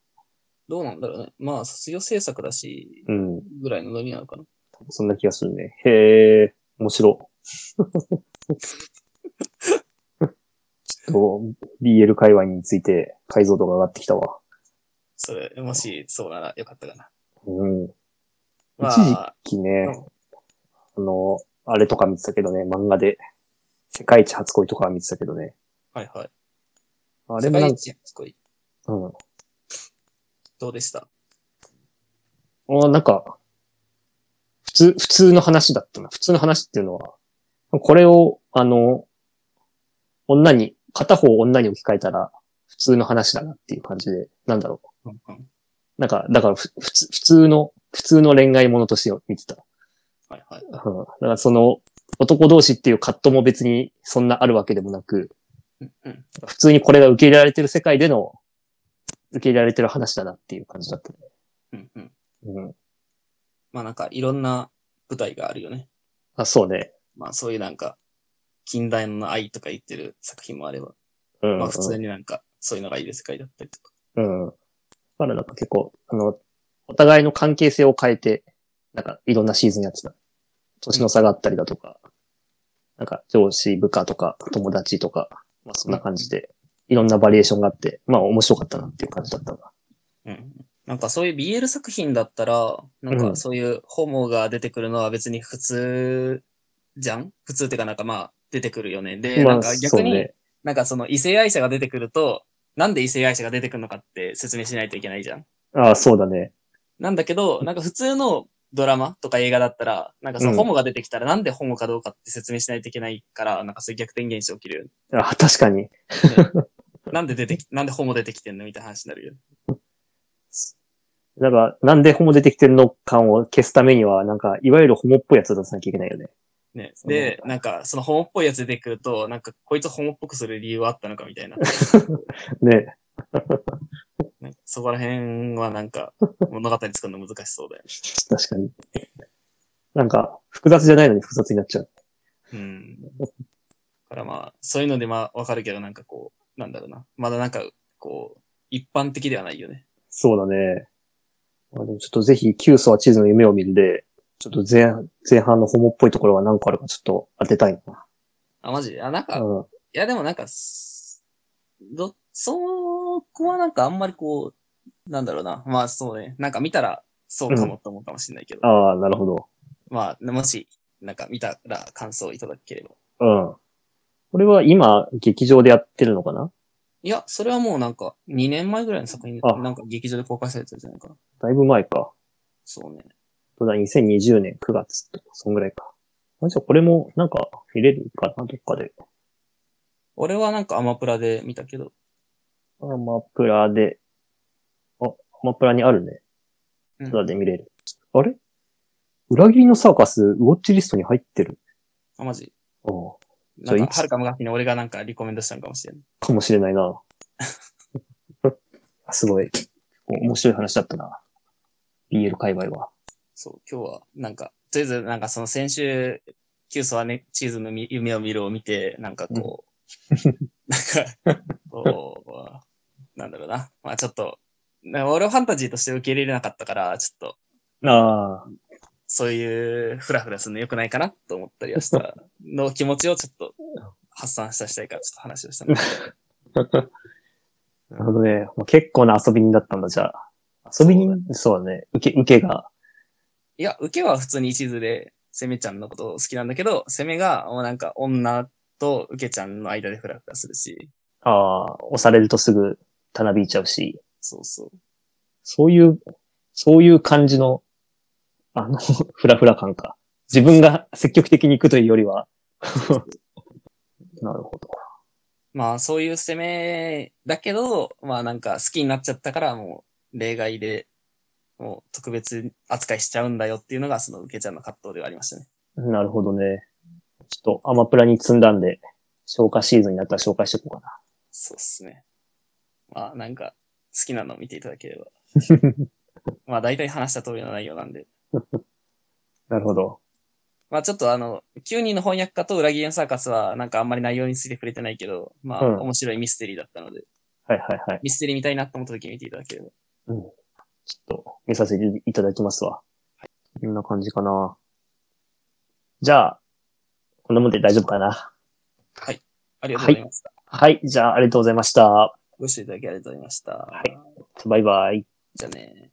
S2: どうなんだろうね。まあ、卒業制作だし、
S1: うん。
S2: ぐらいのノリなのかな。
S1: そんな気がするね。へえ、面白。ちょっと、BL 界隈について解像度が上がってきたわ。
S2: それ、もし、そうならよかったかな。
S1: うん。
S2: ま
S1: 一時
S2: あ、
S1: 期ね、あの、あれとか見てたけどね、漫画で。世界一初恋とか見てたけどね。
S2: はいはい。
S1: あ
S2: あ
S1: れもなんか、
S2: すごい。
S1: うん。
S2: どうでした
S1: あなんか、普通、普通の話だったな。普通の話っていうのは、これを、あの、女に、片方を女に置き換えたら、普通の話だなっていう感じで、なんだろう。
S2: うんうん
S1: なんか、だからふ、普通、普通の、普通の恋愛ものとして見てた。
S2: はいはい。
S1: うん。だからその、男同士っていう葛藤も別にそんなあるわけでもなく、
S2: うんうん。
S1: 普通にこれが受け入れられてる世界での、受け入れられてる話だなっていう感じだったね。
S2: うんうん。
S1: うん。
S2: まあなんか、いろんな舞台があるよね。
S1: あ、そうね。
S2: まあそういうなんか、近代の愛とか言ってる作品もあれば、
S1: うん。
S2: まあ普通になんか、そういうのがいい世界だったりとか。
S1: うん。だからなんか結構、あの、お互いの関係性を変えて、なんかいろんなシーズンやってた。年の差があったりだとか、なんか上司、部下とか、友達とか、まあそんな感じで、いろんなバリエーションがあって、まあ面白かったなっていう感じだったな。
S2: うん。なんかそういう BL 作品だったら、なん
S1: う
S2: か
S1: ん
S2: そういうホモが出てくるのは別に普通じゃん普通ってかなんかまあ出てくるよね。で、
S1: ま
S2: な
S1: あ
S2: んか
S1: そ
S2: 逆
S1: う
S2: に、
S1: ね。
S2: なんかその異性愛者が出てくると、なんで異性愛者が出てくるのかって説明しないといけないじゃん。
S1: ああ、そうだね。
S2: なんだけど、なんか普通のドラマとか映画だったら、なんかその
S1: うん
S2: ホモが出てきたらなんでホモかどうかって説明しないといけないから、なんかそういう逆転現象起きるよね。
S1: あ確かに。
S2: なんで出てき、なんでホモ出てきてんのみたいな話になるよね。
S1: だから、なんでホモ出てきてるの感を消すためには、なんか、いわゆるホモっぽいやつを出さなきゃいけないよね。
S2: ね
S1: そうなんだ
S2: で、なんかそのホモっぽいやつ出てくると、なんかこいつホモっぽくする理由はあったのかみたいな。
S1: ね。
S2: なんかそこら辺はな んか物語作るの難しそうだよね。
S1: 確かに。なんか、複雑じゃないのに複雑になっちゃう。
S2: うん。だからまあ、そういうのでまあわかるけど、なんかこう、なんだろうな。まだなんか、こう、一般的ではないよね。
S1: そうだね。まあ、でもちょっとぜひ、旧ソは地図の夢を見るで、ちょっと前前半のホモっぽいところは何個あるかちょっと当てたい
S2: あ、マジであ、なんか
S1: な。、うん。
S2: いやでもなんか、すど、そこはなんかあんまりこう、なんだろうな。まあそうね。なんか見たら、そうかもって思うかもしれないけど。
S1: ああ、なるほど。
S2: まあ、もし、なんか見たら感想いただければ。
S1: うん。これは今、劇場でやってるのかない
S2: や、それはもうなんか、2年前ぐらいの作品、
S1: あ
S2: なんか劇場で公開されてるじゃないかな。
S1: だいぶ前か。
S2: そうね。
S1: そうだ、2020年9月とか、そんぐらいか。あじゃあこれも、なんか、見れるかなどっかで。
S2: 俺はなんかアマプラで見たけど、
S1: アマプラで、あ、アマプラにあるね。
S2: う
S1: ア
S2: ん
S1: マプラで見れる。あれ裏切りのサーカス、ウォッチリストに入ってる。
S2: あ、マジ。
S1: ああ、そ
S2: な
S1: れ
S2: ん
S1: い
S2: か、
S1: つ
S2: はるか昔に俺がなんかリコメンドしたのかもしれない。
S1: かもしれない な。すごい。面白い話だったな。BL 界隈は。
S2: そう、今日はなんか、とりあえずなんかその先週、キュースはね、チーズのみ夢を見るを見て、なんかこう、 なんか、こう、なんだろうな。まあちょっと、なんか俺をファンタジーとして受け入れれなかったから、ちょっと、
S1: ああ、
S2: そういうフラフラするの良くないかなと思ったりはしたの気持ちをちょっと発散したしたいから、ちょっと話をしたんだけど
S1: なるほどね。もう結構な遊び人だったんだ、じゃあ。遊び人そうだね。受け、受けが。
S2: いや、受けは普通に一途で、セメちゃんのこと好きなんだけど、セメが、もうなんか女と受けちゃんの間でフラフラするし、
S1: ああ、押されるとすぐ、たなびいちゃうし。
S2: そうそう。
S1: そういう、そういう感じの、あの、 フラフラ感か。自 分が積極的に行くというよりは。なるほど。
S2: まあそういう攻めだけど、まあなんか好きになっちゃったからもう例外で、もう特別扱いしちゃうんだよっていうのがその受けちゃんの葛藤ではありましたね。
S1: なるほどね。ちょっとアマプラに積んだんで、消化シーズンになったら紹介していこうかな。
S2: そうっすね。まあなんか好きなのを見ていただければ。まあ大体話した通りの内容なんで。
S1: なるほど。
S2: まあちょっとあの、9人の翻訳家と裏切りのサーカスはなんかあんまり内容について触れてないけど、まあ
S1: うん
S2: 面白いミステリーだったので、
S1: はいはいはい。
S2: ミステリー見たいなと思った時に見ていただければ。
S1: ちょっと見させていただきますわ。こんな感じかな。じゃあ、こんなもんで大丈夫かな。
S2: ありがとうございました。
S1: はい。じゃあ、ありがとうございました。
S2: ご視聴いただきありがとうございました。
S1: いバイバイ。
S2: じゃあね